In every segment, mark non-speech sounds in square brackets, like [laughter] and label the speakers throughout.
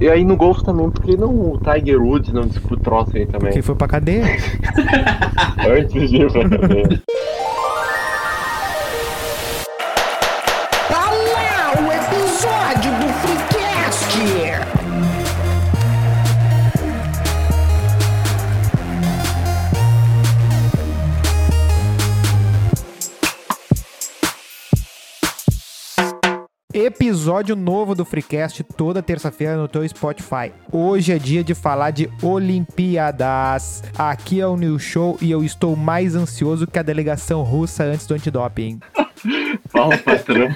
Speaker 1: E aí no golfe também, porque não o Tiger Woods não disputa o troço aí também?
Speaker 2: [laughs] Porque foi pra cadeia.
Speaker 1: Antes de ir pra cadeia.
Speaker 3: Tá lá o episódio do Freecast!
Speaker 2: Episódio novo do Freecast toda terça-feira no teu Spotify. Hoje é dia de falar de Olimpíadas. Aqui é o New Show e eu estou mais ansioso que a delegação russa antes do antidoping.
Speaker 1: Fala patrão,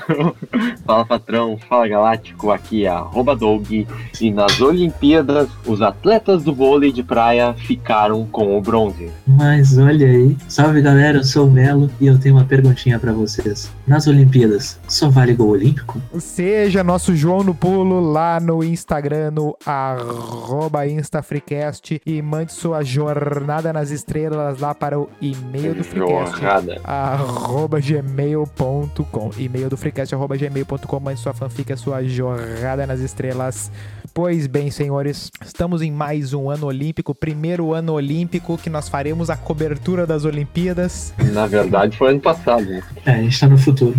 Speaker 1: fala patrão, fala galáctico, aqui é arroba Doug. E nas Olimpíadas, os atletas do vôlei de praia ficaram com o bronze.
Speaker 4: Mas olha aí. Salve galera, eu sou o Melo e eu tenho uma perguntinha pra vocês. Nas Olimpíadas, só vale gol olímpico?
Speaker 2: Seja nosso João no pulo lá no Instagram, no arroba InstaFreecast e mande sua jornada nas estrelas lá para o e-mail do Freecast.
Speaker 1: Jornada.
Speaker 2: arroba gmail.com e-mail do freecast arroba gmail.com mande sua fanfic, a sua jorrada nas estrelas pois bem senhores estamos em mais um ano olímpico primeiro ano olímpico que nós faremos a cobertura das Olimpíadas
Speaker 1: Na verdade, foi ano passado. né?
Speaker 4: É, a gente tá no futuro.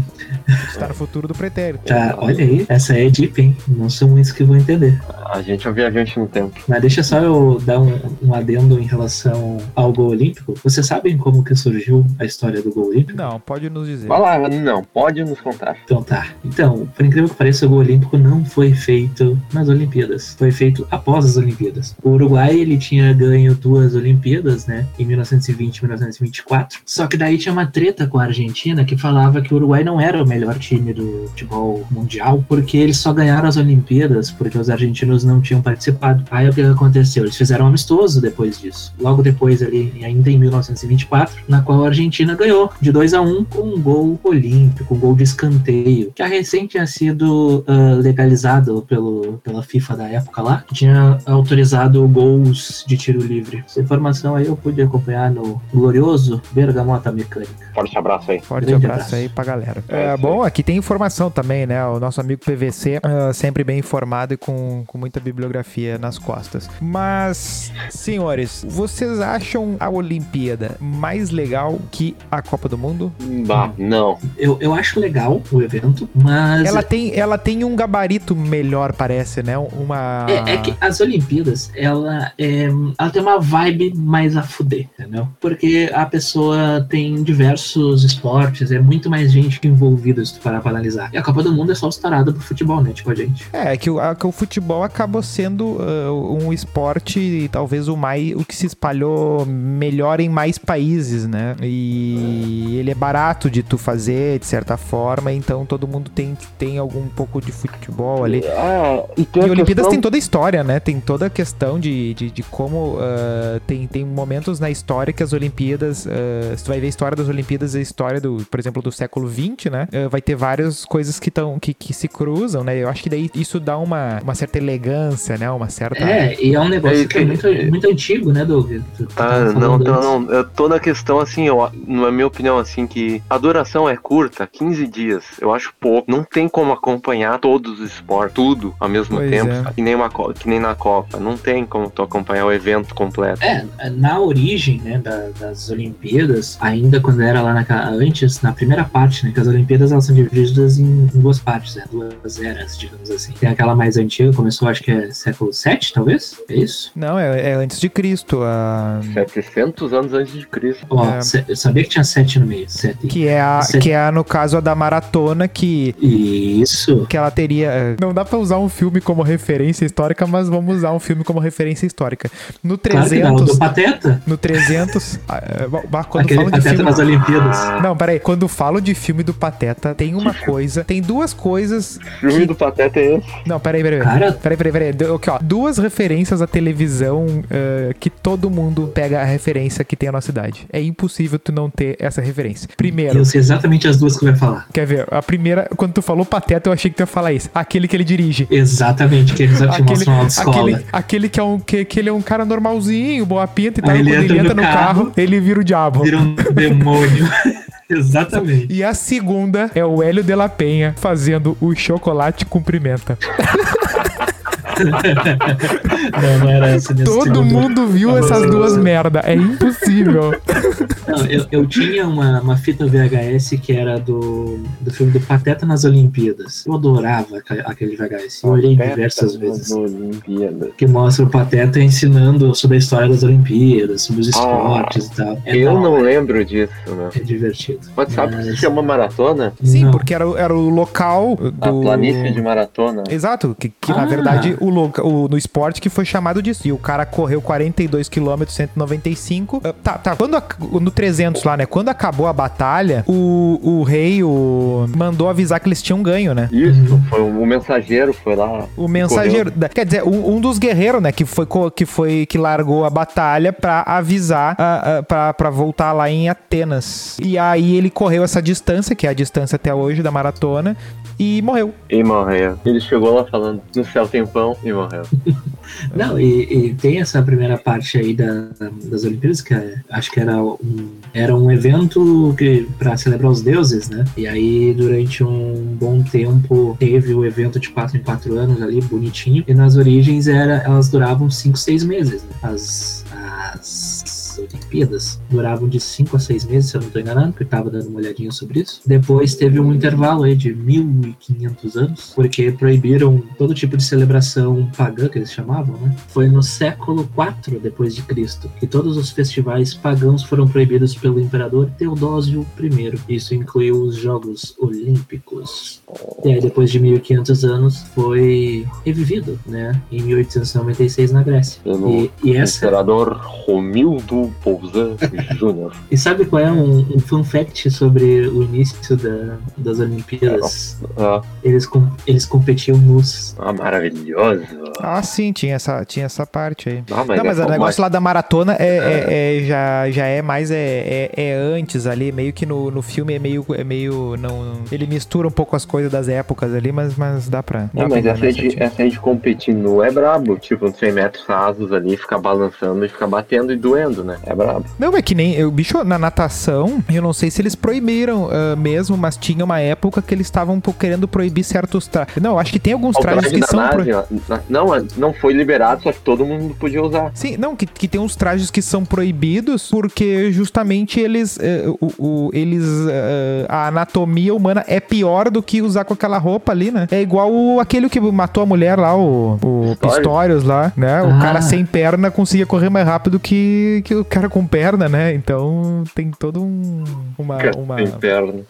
Speaker 2: está no futuro do pretérito
Speaker 4: Tá, olha aí. Essa é deep, hein? Não são muitos que vão entender.
Speaker 1: A gente é um viajante no tempo.
Speaker 4: Mas deixa só eu dar um, um adendo em relação ao gol olímpico. Vocês sabem como que surgiu a história do gol olímpico?
Speaker 2: não pode nos dizer
Speaker 1: Vai lá, não, pode nos contar.
Speaker 4: Então tá. Então, por incrível que pareça, o gol olímpico não foi feito nas Olimpíadas. Foi feito após as Olimpíadas. O Uruguai, ele tinha ganho duas Olimpíadas, né? Em 1920 e 1924. Só que daí tinha uma treta com a Argentina que falava que o Uruguai não era o melhor time do futebol mundial porque eles só ganharam as Olimpíadas porque os argentinos não tinham participado. Aí o que aconteceu? Eles fizeram um amistoso depois disso. Logo depois, ali, ainda em 1924, na qual a Argentina ganhou de 2 a 1 com um gol olímpico, um gol de escanteio, que a recém tinha sido ah, legalizado pelo, pela FIFA da época lá, que tinha autorizado gols de tiro livre. Essa informação aí eu pude acompanhar no glorioso Bergamota Mecânica.
Speaker 1: Forte abraço aí.
Speaker 2: Forte
Speaker 4: Grande
Speaker 2: abraço,
Speaker 4: abraço.
Speaker 2: aí pra galera.
Speaker 1: É,
Speaker 2: É,
Speaker 1: isso
Speaker 2: bom, aqui tem informação também, né? O nosso amigo PVC, ah, sempre bem informado e com, com muita bibliografia nas costas. Mas, senhores, vocês acham a Olimpíada mais legal que a Copa do Mundo?
Speaker 1: Bah, não.
Speaker 4: Eu, eu acho legal o evento, mas. é-
Speaker 2: Ela tem, ela tem um gabarito melhor, parece, né? Uma.
Speaker 4: É, é que as Olimpíadas, ela, é, ela tem uma vibe mais a fuder, entendeu? Porque a pessoa tem diversos esportes, é muito mais gente envolvida se tu parar pra analisar. E a Copa do Mundo é só os tarados do futebol, né? Tipo a gente.
Speaker 2: É, que o, a- que o futebol acabou sendo ah, um esporte, talvez o mais, o que se espalhou melhor em mais países, né? E ele é barato de tu fazer, de certa forma, então todo mundo tem, tem algum pouco de futebol ali.
Speaker 1: Ah, e tem
Speaker 2: E
Speaker 1: a
Speaker 2: Olimpíadas
Speaker 1: questão-
Speaker 2: tem toda a história, né? Tem toda a questão de, de, de como ah, tem, tem momentos na história que as Olimpíadas. ah, se tu vai ver a história das Olimpíadas e a história do, por exemplo, do século XX, né? Ah, vai ter várias coisas que, tão, que, que se cruzam, né? Eu acho que daí isso dá uma, uma certa elegância, né? Uma certa.
Speaker 4: É, e é um negócio
Speaker 1: Tá. É,
Speaker 4: que é
Speaker 1: que-
Speaker 4: muito,
Speaker 1: é.
Speaker 4: muito antigo, né, Doug? Tu- tu
Speaker 1: Ah,
Speaker 2: Tá
Speaker 4: tava
Speaker 1: não,
Speaker 4: falando
Speaker 1: não,
Speaker 4: antes.
Speaker 1: não. Eu tô na questão assim, eu, na minha opinião, assim, que a duração é curta, 15 dias. Eu acho pouco. Não tem como acompanhar todos os esportes, tudo ao mesmo
Speaker 2: Pois
Speaker 1: tempo.
Speaker 2: é.
Speaker 1: sabe? Que, nem uma, co- que nem na Copa. Não tem como tu acompanhar o evento completo.
Speaker 4: É, na origem né, da- das Olimpíadas, ainda quando era lá naquela, antes, na primeira parte, né, que as Olimpíadas elas são divididas em, em duas partes, né, duas eras, digamos assim. Tem aquela mais antiga, começou acho que é século VII, talvez? É isso?
Speaker 2: Não, é, é antes de Cristo, a-
Speaker 4: É
Speaker 1: 700 anos antes de Cristo.
Speaker 4: Ó,
Speaker 2: É.
Speaker 4: se- eu sabia que tinha sete no meio, sete.
Speaker 2: que é a,
Speaker 4: Sim.
Speaker 2: que é no caso a da maratona que
Speaker 4: Isso.
Speaker 2: que ela teria. Não dá pra usar um filme como referência histórica, mas vamos usar um filme como referência histórica. No
Speaker 4: Claro que não,
Speaker 2: 300,
Speaker 4: do Pateta,
Speaker 2: No
Speaker 4: [laughs]
Speaker 2: 300. ah, é, bah, bah, quando
Speaker 4: aquele
Speaker 2: falam de
Speaker 4: Pateta
Speaker 2: filme. Ah,
Speaker 4: nas Olimpíadas.
Speaker 2: Não, peraí. Quando falo de filme do Pateta, tem
Speaker 4: [laughs]
Speaker 2: uma coisa. Tem duas coisas.
Speaker 1: O filme do Pateta é esse.
Speaker 2: Não, peraí, peraí. peraí.
Speaker 4: Cara,
Speaker 2: Peraí, peraí, peraí. Du- Aqui, ó. Duas referências à televisão eh, que todo mundo pega a referência que tem a nossa idade. É impossível tu não ter essa referência. Primeiro,
Speaker 4: eu sei exatamente as duas que eu ia falar.
Speaker 2: quer ver? A primeira, quando tu falou Pateta, eu achei que tu ia falar isso. Aquele que ele dirige.
Speaker 4: Exatamente, que eles já te um
Speaker 2: Aquele,
Speaker 4: mostram na autoescola.
Speaker 2: aquele, aquele que é um que, que ele é um cara normalzinho, boa pinta e tal.
Speaker 4: Aí
Speaker 2: Quando
Speaker 4: ele
Speaker 2: ele
Speaker 4: entra
Speaker 2: entra no
Speaker 4: no
Speaker 2: carro, ele vira o diabo.
Speaker 4: Viram um demônio. [laughs] exatamente.
Speaker 2: E a segunda é o Hélio de la Penha fazendo o chocolate cumprimenta.
Speaker 4: [laughs] Não, não era essa minha
Speaker 2: Todo
Speaker 4: segunda.
Speaker 2: mundo
Speaker 4: é
Speaker 2: viu essas duas merda. É impossível.
Speaker 4: [laughs] Não, eu, eu tinha uma, uma fita VHS que era do, do filme do Pateta nas Olimpíadas. Eu adorava aqua- aquele VHS. Eu olhei diversas vezes.
Speaker 1: Olimpíadas.
Speaker 4: Que mostra o Pateta ensinando sobre a história das Olimpíadas, sobre os esportes e tal. É
Speaker 1: Eu
Speaker 4: da
Speaker 1: não
Speaker 4: hora,
Speaker 1: lembro disso, né?
Speaker 4: É divertido.
Speaker 1: Mas sabe que se
Speaker 4: Mas-
Speaker 1: chama maratona?
Speaker 2: Sim,
Speaker 4: Não.
Speaker 2: porque era, o- era o local do.
Speaker 1: A planície de maratona.
Speaker 2: Exato, que, que, na
Speaker 4: Ah.
Speaker 2: verdade o, loca- o- no esporte que foi chamado disso. E o cara correu 42 km 195. Ah, Tá, tá. Quando ac- no 300 lá, né? Quando acabou a batalha, o, o rei o, mandou avisar que eles tinham ganho, né?
Speaker 1: Isso, foi um- o mensageiro foi lá.
Speaker 2: O mensageiro, da- quer dizer, um, um dos guerreiros, né, que foi co- que foi que largou a batalha pra avisar a, a- pra para voltar lá em Atenas. E aí ele correu essa distância, que é a distância até hoje da maratona, e morreu.
Speaker 1: E morreu. Ele chegou lá falando, no céu tem pão, e morreu.
Speaker 4: Não, e, e tem essa primeira parte aí da- das Olimpíadas, que é- acho que era um, era um evento que para celebrar os deuses, né? E aí, durante um bom tempo, teve o evento de 4 em 4 anos ali, bonitinho. E nas origens, era, elas duravam 5, 6 meses, né? As, as Olimpíadas duravam de 5 a 6 meses, se eu não tô enganado, porque eu tava dando uma olhadinha sobre isso. Depois teve um intervalo aí de 1500 anos, porque proibiram todo tipo de celebração pagã, que eles chamavam, né? Foi no século IV depois de Cristo que todos os festivais pagãos foram proibidos pelo imperador Teodósio I. Isso incluiu os Jogos Olímpicos. E aí, depois de 1500 anos, foi revivido, né? Em 1896 na Grécia.
Speaker 1: Pelo
Speaker 4: E, e essa
Speaker 1: Imperador Romildo Pousan
Speaker 2: [laughs]
Speaker 1: Júnior.
Speaker 4: E sabe qual é um, um fun fact sobre o início da- das Olimpíadas?
Speaker 1: Ah,
Speaker 4: Eles, com- eles competiam nus.
Speaker 1: ah, maravilhoso.
Speaker 2: Ah, sim, tinha essa, tinha essa parte aí.
Speaker 1: Ah, mas,
Speaker 2: Não, mas
Speaker 1: é
Speaker 2: o
Speaker 1: só
Speaker 2: negócio lá da maratona é, é- é- já, já é mais é, é, é antes ali, meio que no, no filme é meio, é meio não ele mistura um pouco as coisas das épocas ali, mas mas dá pra.
Speaker 1: É,
Speaker 2: dá
Speaker 1: mas essa
Speaker 2: pra
Speaker 1: aí,
Speaker 2: enganar
Speaker 1: de,
Speaker 2: certinho.
Speaker 1: essa aí de competir nu é brabo, tipo, uns 100 metros rasos ali, ficar balançando e ficar batendo e doendo, né? É brabo.
Speaker 2: Não é que nem o bicho na natação, eu não sei se eles proibiram ah, mesmo, mas tinha uma época que eles estavam po- querendo proibir certos trajes. Não, eu acho que tem alguns
Speaker 1: O
Speaker 2: trajes
Speaker 1: traje
Speaker 2: que
Speaker 1: da
Speaker 2: são pro-
Speaker 1: nave, ó, não, é, não foi liberado, só que todo mundo podia usar.
Speaker 2: Sim, não, que, que tem uns trajes que são proibidos porque justamente eles. eh, o, o- eles eh, a anatomia humana é pior do que usar com aquela roupa ali, né? É igual o, aquele que matou a mulher lá, o, o
Speaker 1: Pistorius.
Speaker 2: Pistorius lá, né? O
Speaker 4: Ah.
Speaker 2: cara sem perna conseguia correr mais rápido que, que o cara com perna, né? Então tem todo um. Uma,
Speaker 1: Cara,
Speaker 2: uma...
Speaker 1: Tem perna.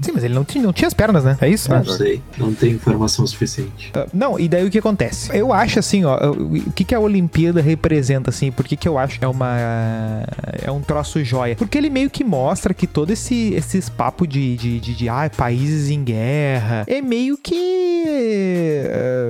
Speaker 2: Sim, mas ele não tinha, não tinha as pernas, né? É isso, né?
Speaker 4: Não sei, não tem informação suficiente.
Speaker 2: Ah, Não, e daí o que acontece? Eu acho assim, ó, o que, que a Olimpíada representa, assim, por que que eu acho que é uma. é um troço joia? Porque ele meio que mostra que todo esse, esses papo de, de, de, de, ah, países em guerra é meio que. eh,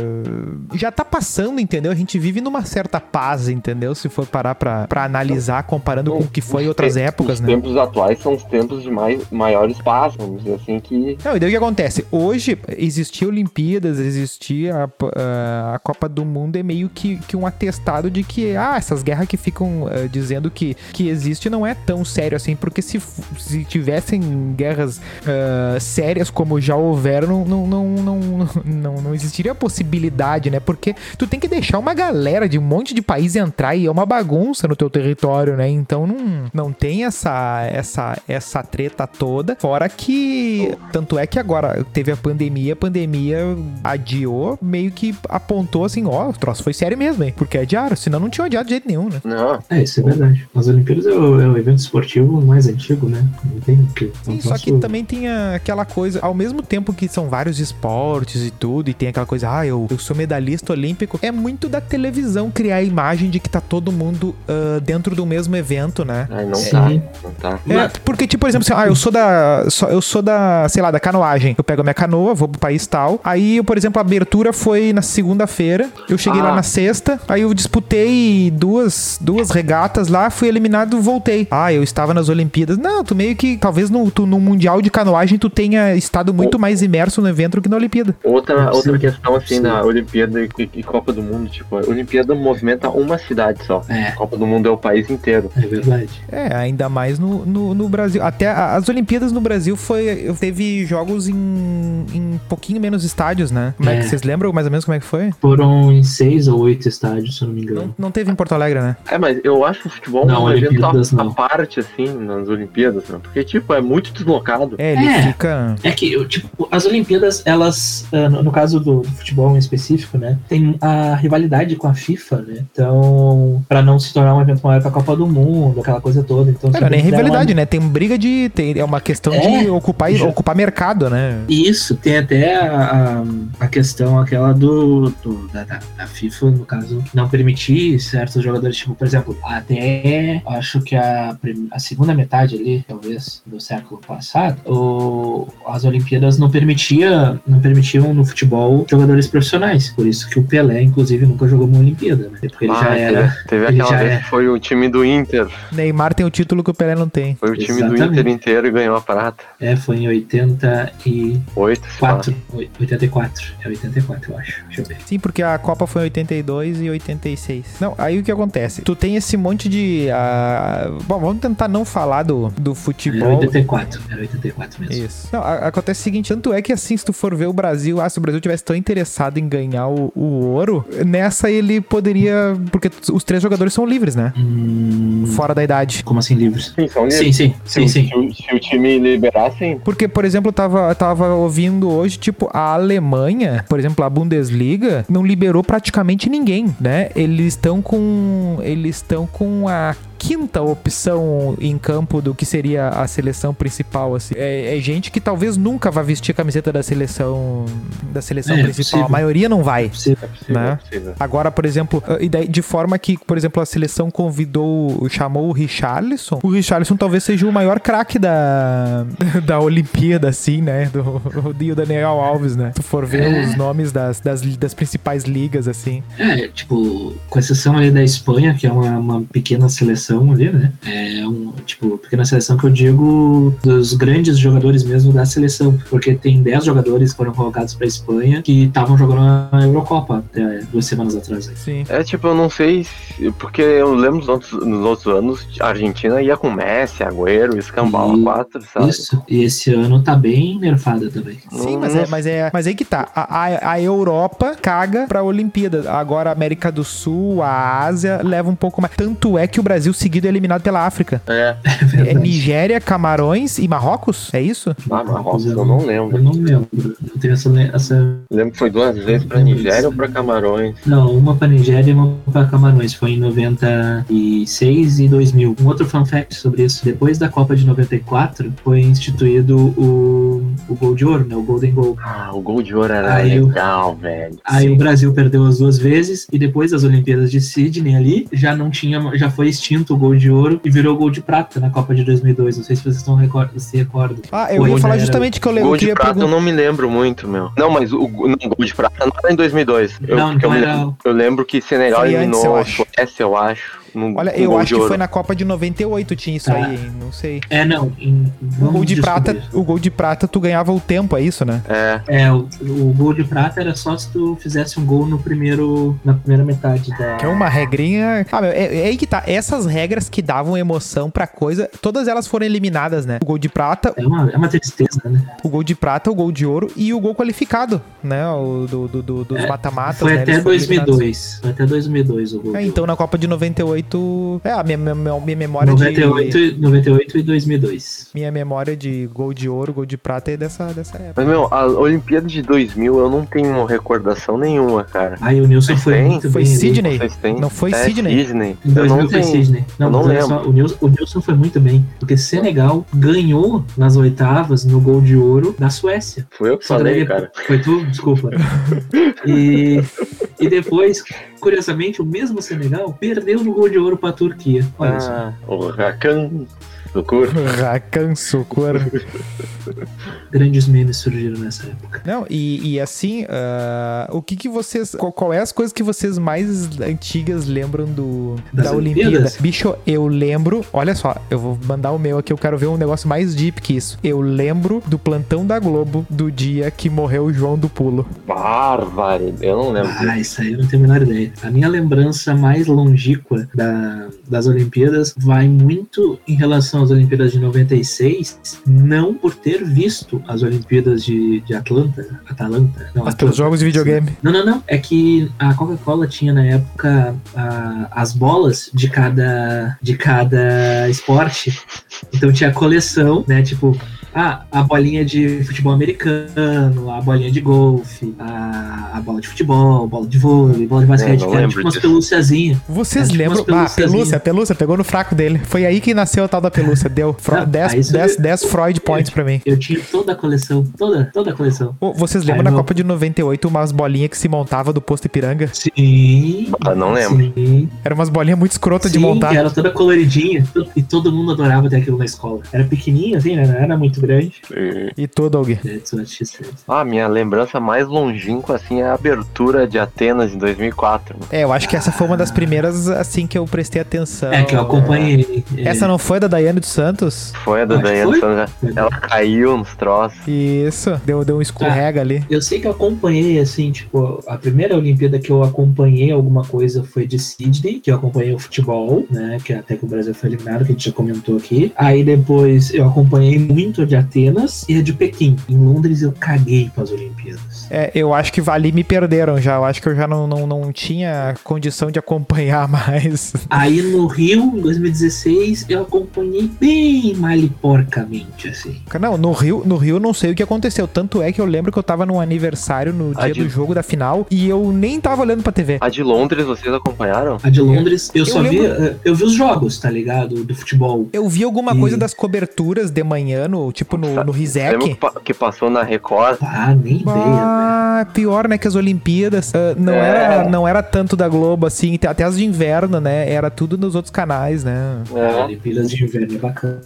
Speaker 2: já tá passando, entendeu? A gente vive numa certa paz, entendeu? Se for parar pra, pra analisar, comparando com o que foi em outras épocas,
Speaker 1: Os
Speaker 2: né?
Speaker 1: tempos atuais são os tempos de mais, maiores passos, vamos dizer assim, que
Speaker 2: Não, e daí o que acontece? Hoje existia Olimpíadas, existia a, p- a- a Copa do Mundo, é meio que, que um atestado de que, ah, essas guerras que ficam eh, dizendo que, que existe não é tão sério assim, porque se, f- se tivessem guerras ah, sérias como já houveram, não, não, não, não, não, não existiria a possibilidade, né? Porque tu tem que deixar uma galera de um monte de país entrar e é uma bagunça no teu território, né? Então não, não tem essa, essa, essa treta toda. Fora que. Tanto é que agora teve a pandemia, a pandemia adiou, meio que apontou assim: ó, o troço foi sério mesmo, hein? Porque adiaram, senão não tinha adiado de jeito nenhum, né?
Speaker 1: Não,
Speaker 4: É, isso é verdade. As Olimpíadas é o, é o evento esportivo mais antigo, né? Não tem o que.
Speaker 2: Sim, só que também tem a- aquela coisa, ao mesmo tempo que são vários esportes e tudo, e tem aquela coisa, ah, eu, eu sou medalhista olímpico, é muito da televisão criar a imagem de que tá todo mundo ah, dentro do mesmo evento, né?
Speaker 1: ai, não
Speaker 4: Sim.
Speaker 1: tá, não tá.
Speaker 2: É, porque, tipo, por exemplo, assim, ah, eu sou da. só- eu sou da, sei lá, da canoagem. Eu pego a minha canoa, vou pro país tal. Aí, eu, por exemplo, a abertura foi na segunda-feira. Eu cheguei lá
Speaker 1: Ah.
Speaker 2: na sexta. Aí eu disputei duas, duas regatas lá, fui eliminado voltei. Ah, eu estava nas Olimpíadas. Não, tu meio que. Talvez no, tu, no Mundial de Canoagem tu tenha estado muito mais imerso no evento do que na Olimpíada.
Speaker 1: Outra,
Speaker 4: Sim. é
Speaker 1: outra questão, assim,
Speaker 4: Sim.
Speaker 1: na Olimpíada e, e Copa do Mundo, tipo, a Olimpíada movimenta uma cidade só.
Speaker 4: É,
Speaker 1: Copa do Mundo é o país inteiro.
Speaker 4: é verdade.
Speaker 2: É, ainda mais no, no, no Brasil. Até a- as Olimpíadas no Brasil foi. Teve jogos em, em um pouquinho menos estádios, né? Como é. que
Speaker 4: É.
Speaker 2: vocês lembram mais ou menos como é que foi?
Speaker 4: Foram em seis ou oito estádios, se eu não me engano.
Speaker 2: Não, não teve em Porto Alegre, né?
Speaker 1: É, mas eu acho o futebol
Speaker 4: Não,
Speaker 1: um evento à-
Speaker 4: Olimpíadas não.
Speaker 1: à parte, assim, nas Olimpíadas, né? Porque, tipo, é muito deslocado.
Speaker 2: É, ele
Speaker 4: É.
Speaker 2: fica.
Speaker 4: É que, eu, tipo, as Olimpíadas, elas, ah, no no caso do, do futebol em específico, né, tem a rivalidade com a FIFA, né? Então, pra não se tornar um evento maior que a Copa do Mundo, aquela coisa toda. Então,
Speaker 2: Cara,
Speaker 4: sempre
Speaker 2: nem
Speaker 4: deram uma-
Speaker 2: rivalidade, né? Tem briga de. tem- é uma questão de
Speaker 4: É.
Speaker 2: ocupar,
Speaker 4: Já-
Speaker 2: ocupar mercado, né?
Speaker 4: Isso, tem até a, a, a questão aquela do, do- da, da- da FIFA, no caso, não permitir certos jogadores, tipo, por exemplo, até acho que a, prim- a segunda metade ali, talvez, do século passado, o, as Olimpíadas não permitia, não permitiam no futebol jogadores profissionais. Por isso que o Pelé, inclusive, nunca jogou uma Olimpíada, né? Porque ele
Speaker 1: Ah,
Speaker 4: já
Speaker 1: teve-
Speaker 4: era.
Speaker 1: Teve,
Speaker 4: ele
Speaker 1: aquela
Speaker 4: já
Speaker 1: vez
Speaker 4: é.
Speaker 1: que foi o time do Inter.
Speaker 2: Neymar tem o título que o Pelé não tem.
Speaker 1: Foi o time do
Speaker 4: Exatamente.
Speaker 1: Inter inteiro e ganhou a prata.
Speaker 4: É, foi em 84.
Speaker 1: Oito, sei lá.
Speaker 4: 84. É 84, eu acho. Deixa eu ver.
Speaker 2: Sim, porque a Copa foi em 82 e 86. Não, aí o que acontece? Tu tem esse monte de. ah, bom, vamos tentar não falar do, do
Speaker 4: Era
Speaker 2: futebol.
Speaker 4: 84. Era 84 mesmo.
Speaker 2: Isso. Não, a- acontece o seguinte, tanto é que assim, se tu for ver o Brasil, ah, se o Brasil tivesse tão interessado em ganhar o, o ouro, nessa ele poderia, porque t- os três jogadores são livres, né?
Speaker 4: Hum,
Speaker 2: Fora da idade.
Speaker 4: como assim livres?
Speaker 1: Sim, são
Speaker 4: Sim,
Speaker 1: livres.
Speaker 4: sim, sim,
Speaker 1: se,
Speaker 4: sim.
Speaker 1: o- se o time liberassem,
Speaker 2: Porque, por exemplo, eu tava, eu tava ouvindo hoje, tipo, a Alemanha, por exemplo, a Bundesliga, não liberou praticamente ninguém, né? Eles estão com. Eles estão com a quinta opção em campo do que seria a seleção principal, assim. É, é gente que talvez nunca vá vestir a camiseta da seleção da seleção
Speaker 4: É, é
Speaker 2: principal.
Speaker 4: possível.
Speaker 2: A maioria não vai.
Speaker 4: Você-
Speaker 1: é possível,
Speaker 2: Né?
Speaker 1: é possível.
Speaker 2: Agora, por exemplo, ah, e daí- de forma que, por exemplo, a seleção convidou, chamou o Richarlison. O Richarlison talvez seja o maior craque da, [laughs] da Olimpíada, assim, né? Do, [laughs] do Daniel Alves, né? Se tu for ver
Speaker 4: É.
Speaker 2: os nomes das, das, das principais ligas, assim.
Speaker 4: É, tipo, com exceção ali da Espanha, que é uma, uma pequena seleção ali, né? É um, tipo, pequena seleção que eu digo dos grandes jogadores mesmo da seleção, porque tem 10 jogadores que foram convocados pra Espanha que estavam jogando na Eurocopa até duas semanas atrás. né?
Speaker 2: Sim.
Speaker 1: É tipo, eu não sei, se- porque eu lembro nos outros, nos outros anos, a Argentina ia com Messi, Agüero, Escambau,
Speaker 4: Hum,
Speaker 1: quatro, sabe?
Speaker 4: Isso. E esse ano tá bem nerfada também.
Speaker 2: Sim, mas é, mas é, mas aí que tá. A, a, a Europa caga pra Olimpíada. Agora a América do Sul, a Ásia leva um pouco mais. Tanto é que o Brasil seguido é eliminado pela África.
Speaker 1: É,
Speaker 4: É
Speaker 2: É
Speaker 4: verdade.
Speaker 2: Nigéria, Camarões e Marrocos? É isso?
Speaker 1: ah, Marrocos, eu não lembro.
Speaker 4: Eu não lembro. Eu tenho essa, le- essa
Speaker 1: Lembro que foi duas vezes pra
Speaker 4: Não lembro
Speaker 1: Nigéria
Speaker 4: disso.
Speaker 1: ou pra Camarões.
Speaker 4: Não, uma pra Nigéria e uma pra Camarões. Foi em 96 e 2000. Um outro fun fact sobre isso. Depois da Copa de 94, foi instituído o, o gol de ouro, né? O Golden Goal.
Speaker 1: Ah, o gol de ouro era
Speaker 4: Aí o-
Speaker 1: legal, velho.
Speaker 4: Aí
Speaker 1: Sim.
Speaker 4: o Brasil perdeu as duas vezes e depois das Olimpíadas de Sydney ali, já não tinha, já foi extinto o gol de ouro e virou gol de prata na Copa de 2002. Não sei se vocês estão recor- se recordam.
Speaker 2: Ah, eu
Speaker 4: Foi,
Speaker 2: ia falar
Speaker 4: né?
Speaker 2: justamente que eu, le- eu
Speaker 1: Gol de
Speaker 2: queria
Speaker 1: prata eu
Speaker 2: perguntar.
Speaker 1: não me lembro muito, meu. Não, mas o não, gol de prata não era em 2002. Eu,
Speaker 4: Não,
Speaker 1: porque eu,
Speaker 4: não
Speaker 1: me
Speaker 4: era-
Speaker 1: lembro, eu lembro que Senegal
Speaker 2: Foi antes,
Speaker 1: eliminou
Speaker 2: eu
Speaker 1: a
Speaker 2: acho.
Speaker 1: Suécia, eu acho. num-
Speaker 2: Olha,
Speaker 1: com
Speaker 2: eu
Speaker 1: gol
Speaker 2: acho
Speaker 1: de
Speaker 2: que
Speaker 1: ouro.
Speaker 2: foi na Copa de 98 tinha isso
Speaker 4: Tá.
Speaker 2: aí, hein? não sei.
Speaker 4: É, não. Em,
Speaker 2: O gol
Speaker 4: vamos
Speaker 2: de prata,
Speaker 4: descobrir.
Speaker 2: o gol de prata tu ganhava o tempo, é isso, né?
Speaker 1: É,
Speaker 4: É, o, o gol de prata era só se tu fizesse um gol no primeiro, na primeira metade da.
Speaker 2: Que é uma regrinha. Ah, meu, é, é aí que tá. Essas regras que davam emoção pra coisa, todas elas foram eliminadas, né? O gol de prata,
Speaker 4: É uma, é uma tristeza, né?
Speaker 2: o gol de prata, o gol de ouro e o gol qualificado, né? O do, do- do- dos
Speaker 4: É,
Speaker 2: mata-matas.
Speaker 4: Foi
Speaker 2: né?
Speaker 4: até
Speaker 2: Eles foram eliminados.
Speaker 4: 2002. Foi até 2002 o gol.
Speaker 2: É, então na Copa de 98. É, a minha, minha, minha memória
Speaker 4: 98,
Speaker 2: de.
Speaker 4: e- 98 e 2002.
Speaker 2: Minha memória de gol de ouro, gol de prata é dessa, dessa época.
Speaker 1: Mas, meu, a Olimpíada de 2000 eu não tenho recordação nenhuma, cara.
Speaker 4: Aí o Nilson foi
Speaker 1: Tem?
Speaker 4: muito
Speaker 2: Foi
Speaker 4: bem. ali.
Speaker 2: Sidney.
Speaker 1: Vocês têm?
Speaker 2: Não foi
Speaker 1: é,
Speaker 2: Sydney?
Speaker 4: Em
Speaker 1: Eu
Speaker 4: 2000
Speaker 1: não
Speaker 4: foi
Speaker 1: tenho.
Speaker 4: Sidney. Não,
Speaker 1: eu não
Speaker 4: mas olha só, o, Nilson, o Nilson foi muito bem. Porque Senegal ganhou nas oitavas no gol de ouro da Suécia.
Speaker 1: Foi eu que
Speaker 4: Só daí
Speaker 1: falei,
Speaker 4: ele-
Speaker 1: cara.
Speaker 4: Foi tu?
Speaker 1: [laughs]
Speaker 4: Desculpa. E, e depois, um. curiosamente, o mesmo Senegal perdeu no gol de ouro pra Turquia. Olha só.
Speaker 1: Ah, o Rakan. Socorro.
Speaker 2: [laughs] Racan Socorro.
Speaker 1: Ah.
Speaker 4: Grandes memes surgiram nessa época.
Speaker 2: Não, e, e assim, ah, o que que vocês. Qual, qual é as coisas que vocês mais antigas lembram do,
Speaker 4: Das
Speaker 2: da Olimpíada?
Speaker 4: Olimpíadas?
Speaker 2: Bicho, eu lembro. Olha só, eu vou mandar o meu aqui, eu quero ver um negócio mais deep que isso. Eu lembro do plantão da Globo do dia que morreu o João do Pulo.
Speaker 1: Bárbaro. Eu não lembro.
Speaker 4: Ah, isso aí eu não tenho a menor ideia. A minha lembrança mais longíqua da- das Olimpíadas vai muito em relação às Olimpíadas de 96, não por ter visto as Olimpíadas de, de Atlanta. Atalanta? Não,
Speaker 2: Mas pelos
Speaker 4: Atlanta.
Speaker 2: jogos de videogame.
Speaker 4: Não, não, não. É que a Coca-Cola tinha na época ah, as bolas de cada, de cada esporte. Então tinha a coleção, né? Tipo, ah, a bolinha de futebol americano, a bolinha de golfe, a, a bola de futebol, bola de vôlei, bola de basquete.
Speaker 1: não
Speaker 4: que era
Speaker 1: lembro
Speaker 4: tipo umas
Speaker 1: disso.
Speaker 4: pelúciazinhas.
Speaker 2: Vocês
Speaker 4: Acho que
Speaker 2: lembram?
Speaker 4: umas
Speaker 2: Ah, pelúcia,
Speaker 4: pelúciazinhas.
Speaker 2: pelúcia, pegou no fraco dele. Foi aí que nasceu a tal da pelúcia. Deu
Speaker 4: Não,
Speaker 2: 10
Speaker 4: aí você-
Speaker 2: Freud points pra mim.
Speaker 4: Eu tinha toda a coleção, toda, toda a coleção.
Speaker 2: Ô, Vocês lembram
Speaker 4: Aí
Speaker 2: na
Speaker 4: meu-
Speaker 2: Copa de 98 umas bolinhas que se montava do posto Ipiranga?
Speaker 4: Sim.
Speaker 1: Ah, não lembro.
Speaker 4: Sim.
Speaker 2: Era umas bolinhas muito escrotas de
Speaker 4: Sim,
Speaker 2: montar.
Speaker 4: que era toda coloridinha. E todo mundo adorava ter aquilo na escola. Era pequenininha, assim, né? Não era muito grande.
Speaker 2: E tu, Doug?
Speaker 4: É, isso eu achei estranho.
Speaker 1: Ah, minha lembrança mais longínqua, assim, é a abertura de Atenas em 2004.
Speaker 2: É, eu acho que essa foi uma das primeiras, assim, que eu prestei atenção.
Speaker 4: É, que eu acompanhei. É,
Speaker 2: Então, Essa não foi da Daiane dos Santos?
Speaker 1: Foi a da
Speaker 4: Acho que
Speaker 1: Diana
Speaker 4: foi.
Speaker 1: Sandra. Ela caiu nos troços.
Speaker 2: Isso, deu, deu um escorrega ali.
Speaker 4: Eu sei que eu acompanhei, assim, tipo, a primeira Olimpíada que eu acompanhei alguma coisa foi de Sydney, que eu acompanhei o futebol, né? Que até que o Brasil foi eliminado, que a gente já comentou aqui. Aí depois eu acompanhei muito a de Atenas e a de Pequim. Em Londres eu caguei para as Olimpíadas.
Speaker 2: É, eu acho que ali me perderam já. Eu acho que eu já não, não, não tinha condição de acompanhar [laughs] mais.
Speaker 4: Aí no Rio, em 2016, eu acompanhei bem maliporcamente, assim.
Speaker 2: Não, no Rio, no Rio eu não sei o que aconteceu. Tanto é que eu lembro que eu tava num aniversário no
Speaker 1: Ah,
Speaker 2: dia
Speaker 1: de-
Speaker 2: do jogo da final e eu nem tava olhando pra TV.
Speaker 1: A de Londres, vocês acompanharam?
Speaker 4: A de Londres, eu,
Speaker 2: Eu
Speaker 4: só vi.
Speaker 2: lembro-
Speaker 4: eh, Eu vi os jogos, tá ligado? Do futebol.
Speaker 2: Eu vi alguma
Speaker 4: Ih.
Speaker 2: coisa das coberturas de manhã, no, tipo no, no
Speaker 1: Lembra que,
Speaker 2: Rizek.
Speaker 1: pa- que passou na Record?
Speaker 4: Ah, nem ideia, né?
Speaker 2: Ah, pior, né, que as Olimpíadas. ah, não,
Speaker 1: É.
Speaker 2: era, não era tanto da Globo, assim, te- até as de inverno, né? Era tudo nos outros canais, né?
Speaker 1: É.
Speaker 4: Olimpíadas de inverno é bacana.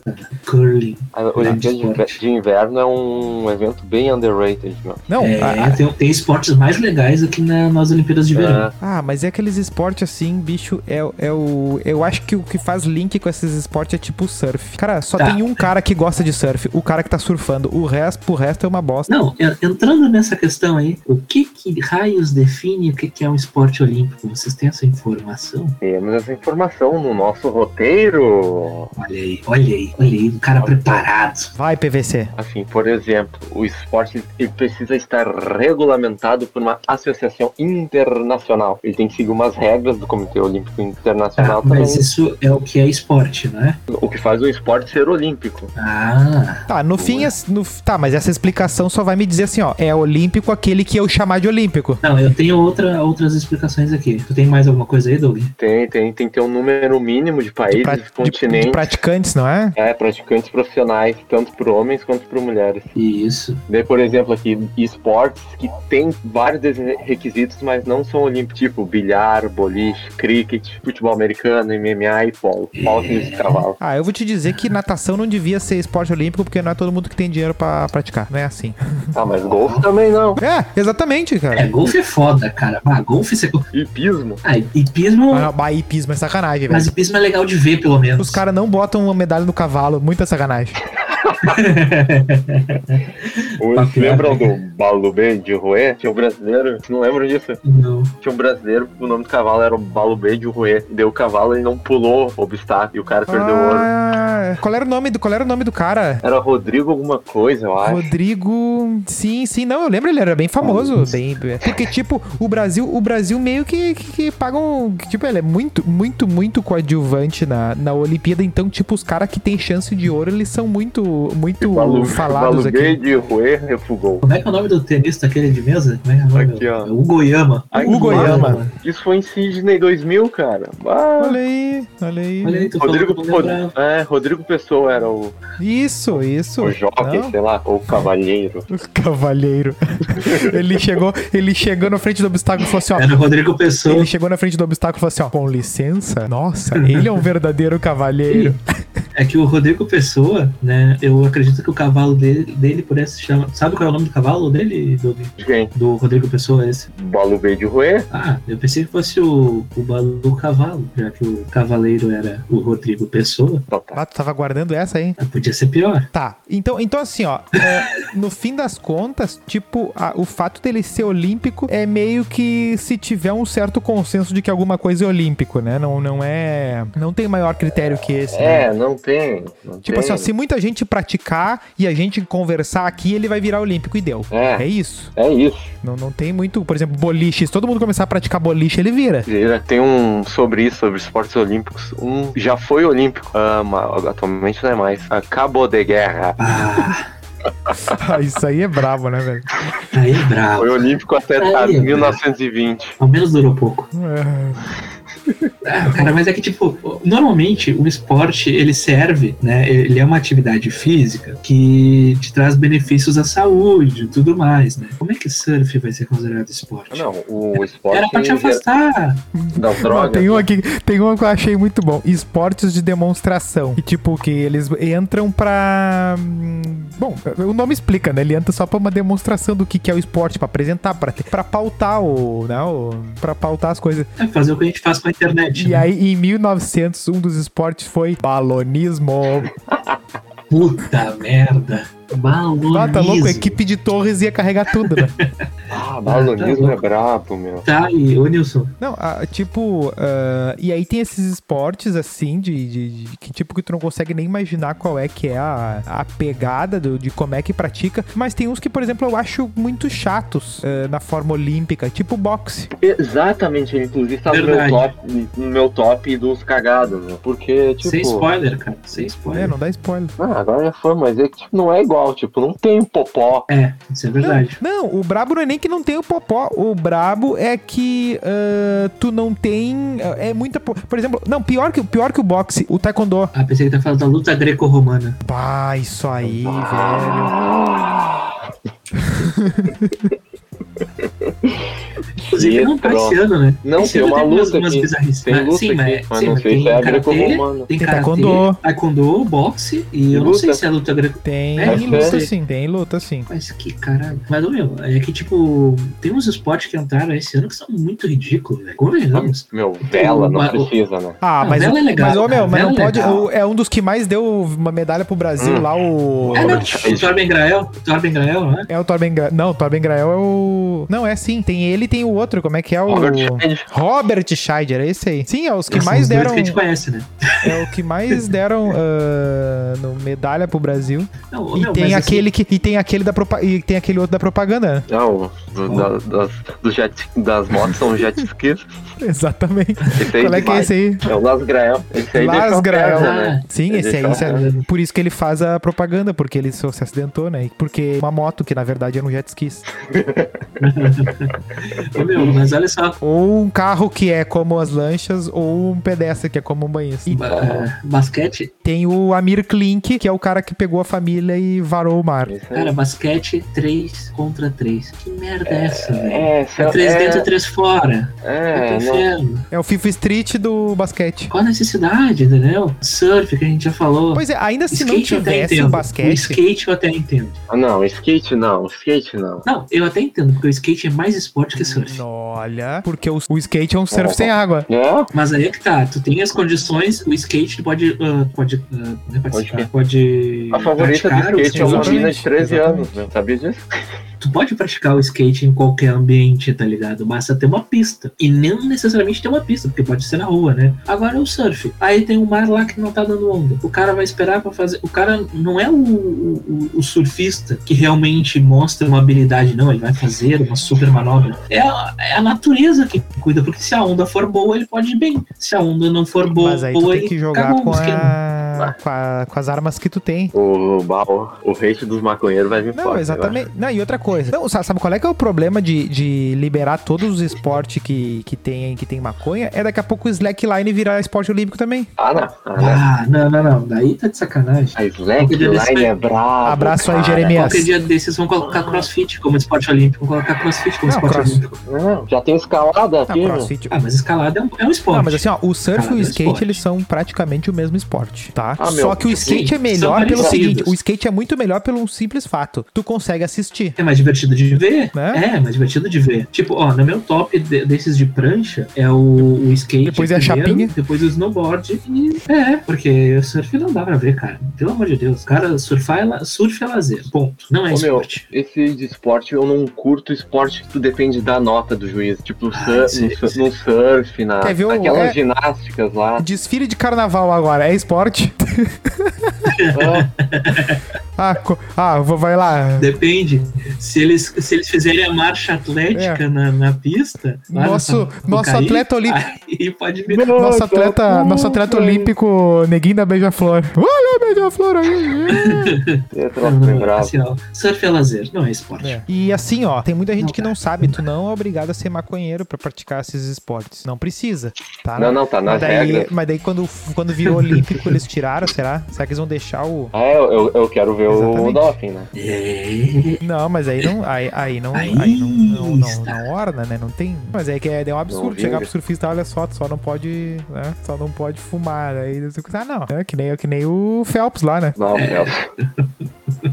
Speaker 4: Curling.
Speaker 1: A Olimpíada de Inver- de Inverno é um evento bem underrated, meu.
Speaker 2: Não,
Speaker 4: é,
Speaker 2: a- a-
Speaker 4: tem, tem esportes mais legais aqui na, nas Olimpíadas de Verão.
Speaker 1: É,
Speaker 2: ah, mas é aqueles esportes assim, bicho, é, é o. Eu acho que o que faz link com esses esportes é tipo o surf. Cara, só
Speaker 4: Tá.
Speaker 2: tem um cara que gosta de surf, o cara que tá surfando. O resto, pro resto é uma bosta.
Speaker 4: Não, en- entrando nessa questão aí, o que que raios define o que que é um esporte olímpico? Vocês têm essa informação?
Speaker 1: Temos essa informação no nosso roteiro.
Speaker 4: Olha aí, olha aí, olha aí, um cara preparado.
Speaker 2: Vai, PVC.
Speaker 1: Assim, por exemplo, o esporte ele precisa estar regulamentado por uma associação internacional. Ele tem que seguir umas regras do Comitê Olímpico Internacional
Speaker 4: Tá,
Speaker 1: também.
Speaker 4: mas isso é o que é esporte, não é?
Speaker 1: O que faz o esporte ser olímpico.
Speaker 4: Ah,
Speaker 2: Tá, no fim. as- No, tá, mas essa explicação só vai me dizer assim, ó. É olímpico aquele que eu chamar de olímpico.
Speaker 4: não, eu tenho outra, outras explicações aqui. Tu tem mais alguma coisa aí, Doug?
Speaker 1: Tem, tem, tem que ter um número mínimo de
Speaker 2: De
Speaker 1: países,
Speaker 2: pra-
Speaker 1: de
Speaker 2: de, de
Speaker 1: continentes,
Speaker 2: praticantes, não é?
Speaker 1: é, praticantes profissionais, tanto para homens quanto para mulheres.
Speaker 4: Isso.
Speaker 1: Daí, por exemplo, aqui, esportes que tem vários desses requisitos, mas não são olímpicos, tipo bilhar, boliche, cricket, futebol americano, MMA e polo. Polo de cavalo.
Speaker 2: Ah, eu vou te dizer que natação não devia ser esporte olímpico, porque não é todo mundo que tem dinheiro pra praticar. Não é assim. [laughs]
Speaker 1: Ah, mas golfe também não.
Speaker 2: É, exatamente,
Speaker 4: É,
Speaker 2: cara.
Speaker 4: golfe é foda, cara. Ah, golfe você.
Speaker 1: Hipismo.
Speaker 4: Ah, hipismo.
Speaker 2: Ah, não, bah, hipismo é sacanagem,
Speaker 4: Mas
Speaker 2: velho.
Speaker 4: hipismo é legal de ver, pelo menos.
Speaker 2: Os caras não botam uma medalha no cavalo, muita sacanagem.
Speaker 1: Vocês lembram do Balubê de Ruê? Tinha um brasileiro, vocês não lembram disso?
Speaker 4: [laughs] Não.
Speaker 1: Tinha um brasileiro, o nome do cavalo era o Balubê de Ruê. Deu o cavalo e não pulou o obstáculo e o cara perdeu o ouro.
Speaker 2: Ah, qual era o nome do, qual era o nome do cara?
Speaker 1: Era Rodrigo alguma coisa, eu acho.
Speaker 2: Rodrigo. Sim, sim, não, eu lembro, ele era bem famoso. Bem, porque, tipo, o Brasil, o Brasil meio que, que, que paga um. que, Tipo, ele é muito, muito, muito coadjuvante na, na Olimpíada. Então, tipo, os caras que têm chance de ouro, eles são muito, muito
Speaker 1: Balu-
Speaker 2: falados
Speaker 1: Balubê
Speaker 2: aqui.
Speaker 1: de Ruê refugou.
Speaker 4: Como é que é o nome do tenista aquele de mesa? Como é que é o nome?
Speaker 1: Aqui, ó.
Speaker 4: É O Goiama.
Speaker 1: Ai,
Speaker 2: O Goiama.
Speaker 1: Isso foi em Sydney 2000, cara. Ah,
Speaker 2: Olha aí, olha então aí.
Speaker 4: Olha aí, tu
Speaker 1: Rodrigo,
Speaker 4: falou que eu não lembrava.
Speaker 1: Rod- é, Rodrigo Pessoa era o,
Speaker 2: Isso, isso.
Speaker 1: o jockey,
Speaker 2: Então, Não?
Speaker 1: sei lá, ou o cavalheiro.
Speaker 4: é [laughs]
Speaker 2: Cavalheiro. ele chegou, ele chegou na frente do obstáculo e falou assim, ó.
Speaker 4: Era o Rodrigo Pessoa.
Speaker 2: Ele chegou na frente do obstáculo e falou assim, ó, com licença? Nossa, ele é um verdadeiro cavalheiro.
Speaker 4: É que o Rodrigo Pessoa, né? Eu acredito que o cavalo dele, dele pudesse se chamar. Sabe qual é o nome do cavalo dele, Doug?
Speaker 1: De quem?
Speaker 4: Do Rodrigo Pessoa, esse?
Speaker 1: Bolo verde roer?
Speaker 4: Ah, eu pensei que fosse o, o Balu do Cavalo, já que o cavaleiro era o Rodrigo Pessoa.
Speaker 1: Então tá.
Speaker 2: Ah, tu tava guardando essa, hein?
Speaker 4: Ah, Podia ser pior.
Speaker 2: Tá, então, então assim, ó, é, no fim das contas, tipo, a- o fato dele ser olímpico é meio que se tiver um certo consenso de que alguma coisa é olímpico, né? Não, não é. Não tem maior critério que esse, né?
Speaker 1: É, não tem. não
Speaker 2: Tipo assim,
Speaker 1: tem.
Speaker 2: ó, se muita gente praticar e a gente conversar aqui, ele vai virar olímpico e deu.
Speaker 1: É.
Speaker 2: É isso.
Speaker 1: É isso.
Speaker 2: Não, não tem muito, por exemplo, boliche. Se todo mundo começar a praticar boliche, ele vira. [laughs]
Speaker 1: Vira, Tem um sobre isso, sobre esportes olímpicos. Um já foi olímpico. Ah, ma- atualmente não é mais. Acabou de guerra.
Speaker 4: Ah,
Speaker 2: Ah, isso aí é brabo, né, velho?
Speaker 4: aí é bravo.
Speaker 1: Foi olímpico até
Speaker 4: Aí, né?
Speaker 1: tá,
Speaker 4: velho.
Speaker 1: 1920.
Speaker 4: Ao menos durou pouco.
Speaker 2: É.
Speaker 4: Ah, cara, mas é que, tipo, normalmente o esporte ele serve, né? Ele é uma atividade física que te traz benefícios à saúde e tudo mais, né? Como é que surf vai ser considerado esporte?
Speaker 1: Ah, Não, o esporte é
Speaker 4: Era pra te afastar.
Speaker 1: das
Speaker 2: Não,
Speaker 1: drogas.
Speaker 2: tem um aqui, tem um que eu achei muito bom. Esportes de demonstração. E tipo, que eles entram pra. hum, Bom, o nome explica, né? Ele entra só pra uma demonstração do que, que é o esporte, pra apresentar, pra, pra pautar o. Né? o pra pautar as coisas.
Speaker 4: É fazer o que a gente faz com a internet.
Speaker 2: E
Speaker 4: né?
Speaker 2: aí, em 1900, um dos esportes foi balonismo. tá
Speaker 4: Puta merda. Balonismo.
Speaker 2: Ah, tá louco? A equipe de Torres ia carregar tudo, né?
Speaker 1: Ah, balonismo é brabo, meu.
Speaker 4: Tá, e ô Nilson,
Speaker 2: Não, ah, tipo, ah, e aí tem esses esportes assim, de, de- de- que tipo que tu não consegue nem imaginar qual é que é a, a pegada do- de como é que pratica, mas tem uns que, por exemplo, eu acho muito chatos ah, na forma olímpica, tipo boxe.
Speaker 1: Exatamente, ele inclusive tá no meu,
Speaker 4: Verdade.
Speaker 1: top, no meu top dos cagados, né? Porque, tipo.
Speaker 4: sem spoiler, cara. Sem
Speaker 2: É,
Speaker 4: spoiler.
Speaker 2: não dá spoiler.
Speaker 1: Ah, agora já foi, mas é que tipo, não é igual, tipo, não tem popó.
Speaker 4: É, isso é verdade.
Speaker 2: Não, o brabo não é nem que não tem o popó. O brabo é que ah, tu não tem. ah, É muita. po- Por exemplo, não, pior que, pior que o boxe, o taekwondo.
Speaker 4: Ah, pensei que tá falando da luta greco-romana.
Speaker 2: Pá, isso aí, velho.
Speaker 4: Inclusive, não tá
Speaker 1: Troço.
Speaker 4: esse ano, né?
Speaker 1: Não,
Speaker 4: esse
Speaker 1: tem
Speaker 4: ano
Speaker 1: uma
Speaker 4: umas-
Speaker 1: luta
Speaker 4: umas
Speaker 1: aqui.
Speaker 4: bizarrices.
Speaker 1: Tem
Speaker 4: Mas-
Speaker 1: luta
Speaker 4: sim,
Speaker 1: aqui,
Speaker 4: mas,
Speaker 1: mas
Speaker 4: sim,
Speaker 1: não
Speaker 4: mas
Speaker 1: sei
Speaker 4: tem
Speaker 1: se é
Speaker 4: karatê,
Speaker 1: greco-romano.
Speaker 4: Tem
Speaker 2: Tem
Speaker 4: karatê,
Speaker 2: taekwondo.
Speaker 4: taekwondo, boxe e eu não
Speaker 1: luta.
Speaker 4: sei se é luta greco.
Speaker 2: Tem
Speaker 4: É,
Speaker 1: isso
Speaker 2: luta
Speaker 1: é.
Speaker 2: sim, tem luta sim.
Speaker 4: Mas que caralho. Mas, ô, meu, é que, tipo, tem uns esportes que entraram esse ano que são muito ridículos, velho. Convenhamos.
Speaker 1: Meu,
Speaker 2: um
Speaker 1: vela não
Speaker 4: Mas-
Speaker 1: precisa, né?
Speaker 2: Ah,
Speaker 4: Ah,
Speaker 2: mas,
Speaker 4: vela é legal,
Speaker 2: mas, ô, meu,
Speaker 4: cara,
Speaker 2: mas não
Speaker 4: vela é
Speaker 2: pode.
Speaker 4: legal.
Speaker 2: o- é um dos que mais deu uma medalha pro Brasil
Speaker 1: Hum.
Speaker 2: lá, o.
Speaker 4: É, não,
Speaker 1: Robert Schmidt.
Speaker 4: o Torben Grael, o Torben Grael, né?
Speaker 2: É o Torben Grael. Não, o Torben Grael é o. Não, é sim. Tem ele e tem o outro. Como é que é o.
Speaker 1: Robert Schmidt.
Speaker 2: Robert Scheider, é esse aí. Sim, é os que
Speaker 4: São
Speaker 2: mais
Speaker 4: Assim, os dois
Speaker 2: deram.
Speaker 4: que a gente conhece, né?
Speaker 2: É o que mais
Speaker 4: [laughs]
Speaker 2: deram ah, no medalha pro Brasil.
Speaker 4: Não, ô,
Speaker 2: E
Speaker 4: meu,
Speaker 2: tem
Speaker 4: mas, assim,
Speaker 2: aquele que. E tem aquele da propa- E tem aquele outro da propaganda. [laughs] né?
Speaker 1: Não, do, da- das, do jet, das motos são um jet
Speaker 2: [laughs]
Speaker 1: skis.
Speaker 2: Exatamente.
Speaker 1: Esse aí
Speaker 2: Qual é que é
Speaker 1: demais.
Speaker 2: esse aí?
Speaker 1: É o Las Grael. Esse aí
Speaker 2: Las
Speaker 1: deixou
Speaker 2: Grael.
Speaker 1: pedra, né?
Speaker 2: Sim,
Speaker 1: Ele
Speaker 2: esse aí,
Speaker 1: tá-
Speaker 2: esse é- por isso que ele faz a propaganda, porque ele só se acidentou, né? E Porque uma moto, que na verdade era um jet ski.
Speaker 4: Assim, ô, meu, mas olha só,
Speaker 2: Ou um carro que é como as lanchas, ou um pedestre que é como um banhista. E
Speaker 4: ba- eh, basquete,
Speaker 2: tem o Amir Klink, que é o cara que pegou a família e varou o mar.
Speaker 1: Esse aí.
Speaker 4: cara, basquete 3 contra 3. Que merda é essa, velho?
Speaker 1: É, esse
Speaker 4: É 3 dentro e
Speaker 1: é,
Speaker 4: 3 fora.
Speaker 1: é,
Speaker 4: É,
Speaker 1: não,
Speaker 4: inferno.
Speaker 2: É o FIFA Street do basquete.
Speaker 4: Qual a necessidade, entendeu? Surf, que a gente já falou.
Speaker 2: Pois é, ainda se não
Speaker 4: skate eu até
Speaker 2: tivesse
Speaker 4: entendo.
Speaker 2: o
Speaker 4: O
Speaker 2: basquete.
Speaker 4: skate eu até entendo.
Speaker 1: Ah, não, skate não, skate não.
Speaker 4: Não, eu até entendo, porque o skate é mais esporte que surf.
Speaker 2: Olha, porque o, o skate é um surf sem água.
Speaker 1: É,
Speaker 4: Mas aí é que tá, tu tem as condições, o skate tu pode, ah, pode ah, não é participar, pode,
Speaker 1: a favorita do
Speaker 4: praticar o
Speaker 1: skate é uma
Speaker 2: tá exatamente,
Speaker 1: menina de 13
Speaker 2: exatamente.
Speaker 1: anos, né? Sabia disso?
Speaker 4: Tu pode praticar o skate em qualquer ambiente, tá ligado? Basta ter uma pista. E não necessariamente ter uma pista, porque pode ser na rua, né? Agora é o surf. Aí tem um mar lá que não tá dando onda. O cara vai esperar pra fazer. O cara não é o, o- o surfista que realmente mostra uma habilidade, não. Ele vai fazer uma super manobra. É a, é a natureza que cuida, porque se a onda for boa, ele pode ir bem. Se a onda não for boa,
Speaker 2: Mas aí tu tem
Speaker 4: ele
Speaker 2: que jogar
Speaker 4: cagou o
Speaker 2: com,
Speaker 4: esquema.
Speaker 2: a, com, a- com as armas que tu tem.
Speaker 1: O, o, o, o hate dos maconheiros vai vir
Speaker 2: Não,
Speaker 1: forte,
Speaker 2: exatamente. Não, e outra coisa. Não, sa- sabe qual é que é o problema de, de liberar todos os esportes que, que, tem, que tem maconha? É daqui a pouco o slackline virar esporte olímpico também.
Speaker 1: né? Ah, não. Ah, não.
Speaker 4: Ah, não, não, não. Daí tá de sacanagem.
Speaker 1: A Slackline é
Speaker 4: Tá
Speaker 1: brava.
Speaker 2: Abraço aí,
Speaker 1: cara.
Speaker 2: Jeremias.
Speaker 4: Ah, né? Qualquer dia desses vão colocar crossfit como esporte olímpico. Vão colocar crossfit como
Speaker 2: Não,
Speaker 4: esporte
Speaker 2: cross.
Speaker 4: olímpico.
Speaker 1: Não, já tem escalada
Speaker 2: Ah,
Speaker 1: aqui, meu.
Speaker 2: crossfit.
Speaker 4: Ah, mas escalada é um, é um esporte.
Speaker 2: Não, mas assim, ó, o surf e
Speaker 4: Cara,
Speaker 2: o
Speaker 4: é
Speaker 2: skate,
Speaker 4: esporte.
Speaker 2: eles são praticamente o mesmo esporte, tá? tá?
Speaker 1: Ah, meu,
Speaker 2: Só que o skate
Speaker 4: sim,
Speaker 2: é melhor
Speaker 4: tipo, são
Speaker 2: pelo
Speaker 4: parecidos.
Speaker 2: seguinte: o skate é muito melhor pelo um simples fato. Tu consegue assistir.
Speaker 4: É mais divertido de ver?
Speaker 2: Né?
Speaker 4: É, mais divertido de ver. Tipo, ó, no meu top de- desses de prancha é o, o skate.
Speaker 2: Depois é a chapinha.
Speaker 4: Depois o snowboard. E é, porque surf não dá pra ver, cara. Pelo amor de Deus. Cara, surfar é la- surf é lazer. Ponto. Não é
Speaker 1: Ô, meu,
Speaker 4: esporte.
Speaker 1: Esse de esporte, eu não curto esporte que tu depende da nota do juiz. Tipo, no sur-
Speaker 4: Ah, sim,
Speaker 1: no, sur-
Speaker 4: sim. um,
Speaker 1: no surf, na,
Speaker 2: Quer ver o-
Speaker 1: naquelas
Speaker 2: é-
Speaker 1: ginásticas
Speaker 4: [laughs]
Speaker 1: lá.
Speaker 2: Desfile de carnaval agora, é esporte? [laughs]
Speaker 1: Ah,
Speaker 2: Ah, co- ah vou- vai lá.
Speaker 4: Depende. Se eles, se eles fizerem a marcha atlética na, na pista. lá
Speaker 2: É. Nosso,
Speaker 4: nessa
Speaker 2: nosso
Speaker 4: Pucaí,
Speaker 2: atleta olímpico.
Speaker 4: Aí pode ver.
Speaker 2: Nosso atleta, nosso atleta olímpico, neguinho da Beija-Flor. Olha a Beija-Flor aí.
Speaker 1: eu tô
Speaker 4: Não, não, não,
Speaker 1: lembrado.
Speaker 4: assim, ó, surf é lazer, não é esporte.
Speaker 2: É. E assim, ó, tem muita gente
Speaker 4: Não,
Speaker 2: que
Speaker 4: cara,
Speaker 2: não sabe, tu não é obrigado a ser maconheiro pra praticar esses esportes. Não precisa, tá?
Speaker 1: Não, não, tá nas
Speaker 2: mas, daí,
Speaker 1: regras.
Speaker 2: mas daí quando, quando virou olímpico, eles tiraram, será? Será que eles vão deixar o.
Speaker 1: Ah, eu, eu, eu quero ver o
Speaker 2: Exatamente.
Speaker 1: Dolphin, né?
Speaker 4: É.
Speaker 2: Não, mas aí não. Aí, aí não. Aí,
Speaker 4: Aí
Speaker 2: não, não, não,
Speaker 4: está.
Speaker 2: não orna, né? Não tem. Mas aí que é, é um absurdo
Speaker 1: vinga.
Speaker 2: chegar pro surfista, olha só, tu só não pode. Né? Só não pode fumar. Aí você ah, não. É que nem, que nem o Phelps lá, né?
Speaker 1: Não,
Speaker 4: [laughs]
Speaker 1: Celso.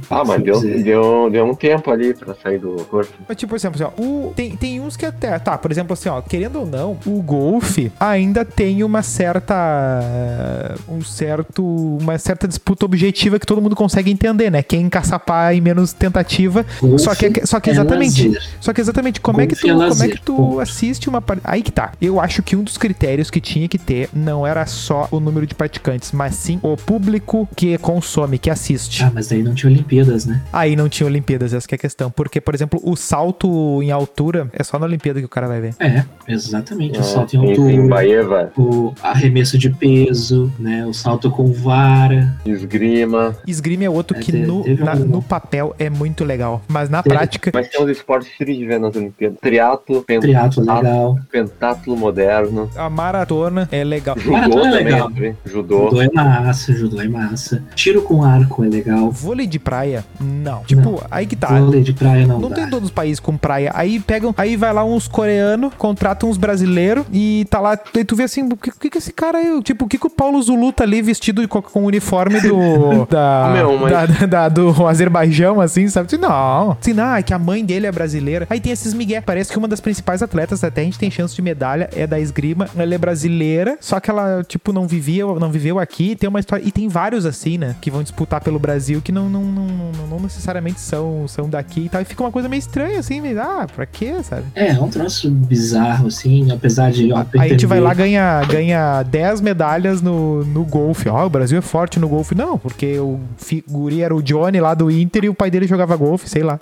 Speaker 1: Ah, mas
Speaker 4: Sim,
Speaker 1: deu,
Speaker 4: sim.
Speaker 1: deu, deu um tempo ali pra sair do corpo.
Speaker 2: Mas, tipo, por exemplo, assim, ó, o- tem, tem uns que até. Tá, por exemplo, assim, ó, querendo ou não, o golfe ainda tem uma certa. eh, Um certo. Uma certa disputa objetiva que todo mundo consegue entender, né? Quem caçapar em menos tentativa. Só que, só que
Speaker 4: É
Speaker 2: exatamente.
Speaker 4: lazer.
Speaker 2: Só que exatamente, como é que tu,
Speaker 4: Golfe é
Speaker 2: como é
Speaker 4: lazer,
Speaker 2: que tu
Speaker 4: ponto.
Speaker 2: assiste uma partida. Aí que tá. Eu acho que um dos critérios que tinha que ter não era só o número de praticantes, mas sim o público que consome, que assiste.
Speaker 4: Ah, mas daí não tinha Olimpíadas, né?
Speaker 2: Aí não tinha Olimpíadas, essa que é a questão. Porque, por exemplo, o salto em altura é só na Olimpíada que o cara vai ver.
Speaker 4: É, um exatamente.
Speaker 1: Ah,
Speaker 4: o salto em
Speaker 1: sim, sim,
Speaker 4: altura,
Speaker 1: Baeva,
Speaker 4: o arremesso de peso, né? O salto com vara.
Speaker 1: esgrima.
Speaker 2: Esgrima é outro
Speaker 4: É,
Speaker 2: que
Speaker 4: teve-
Speaker 2: no,
Speaker 4: teve um-
Speaker 2: na- no papel é muito legal. Mas na
Speaker 4: Teve.
Speaker 2: prática.
Speaker 1: Mas é tem uns esportes tristes de ver nas Olimpíadas. Triatlo,
Speaker 4: É um
Speaker 1: pen-
Speaker 4: Triatlo legal.
Speaker 1: pentátulo moderno.
Speaker 2: A maratona é legal.
Speaker 1: Judô
Speaker 4: Maratona é
Speaker 1: também,
Speaker 4: legal.
Speaker 1: né? judô.
Speaker 4: Judô é massa, judô é massa. Tiro com arco é legal.
Speaker 2: Vôlei de praia, não. Tipo, aí que tá.
Speaker 4: Vôlei de praia não,
Speaker 2: Não
Speaker 4: dá.
Speaker 2: tem todos os países com praia. Aí pegam, aí vai lá uns coreanos, contratam uns brasileiros e tá lá. E tu vê assim, o que, o que que esse cara aí. Tipo, o que, que o Paulo Zulu tá ali vestido com, com o uniforme do. da,
Speaker 1: Meu, mas-
Speaker 2: Ah, da- da- da- do Azerbaijão, assim, sabe? Tu, Não. Assim, não, é que a mãe dele é brasileira. Aí tem esses Miguel. Parece que uma das principais atletas, até a gente tem chance de medalha, é da esgrima. Ela é brasileira, só que ela, tipo, não vivia, não viveu aqui. Tem uma história. E tem vários assim, né? Que vão disputar pelo Brasil que não, não, não, não- não necessariamente são, são daqui e tal. E fica uma coisa meio estranha, assim, meio, ah, pra quê, sabe?
Speaker 4: É, é um troço bizarro, assim, apesar de. Ó,
Speaker 2: Aí a gente
Speaker 4: entender-
Speaker 2: vai lá ganha ganha 10 medalhas no, no golfe. Ó, o Brasil é forte no golfe. Não, porque o fi- guri era o Johnny lá do Inter e o pai dele jogava golfe, sei lá.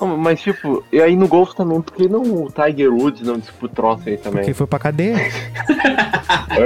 Speaker 1: Não, Mas, tipo, e aí no golfe também, porque não o Tiger Woods não disputa o troço aí também?
Speaker 2: Porque foi pra cadeia.
Speaker 1: [laughs]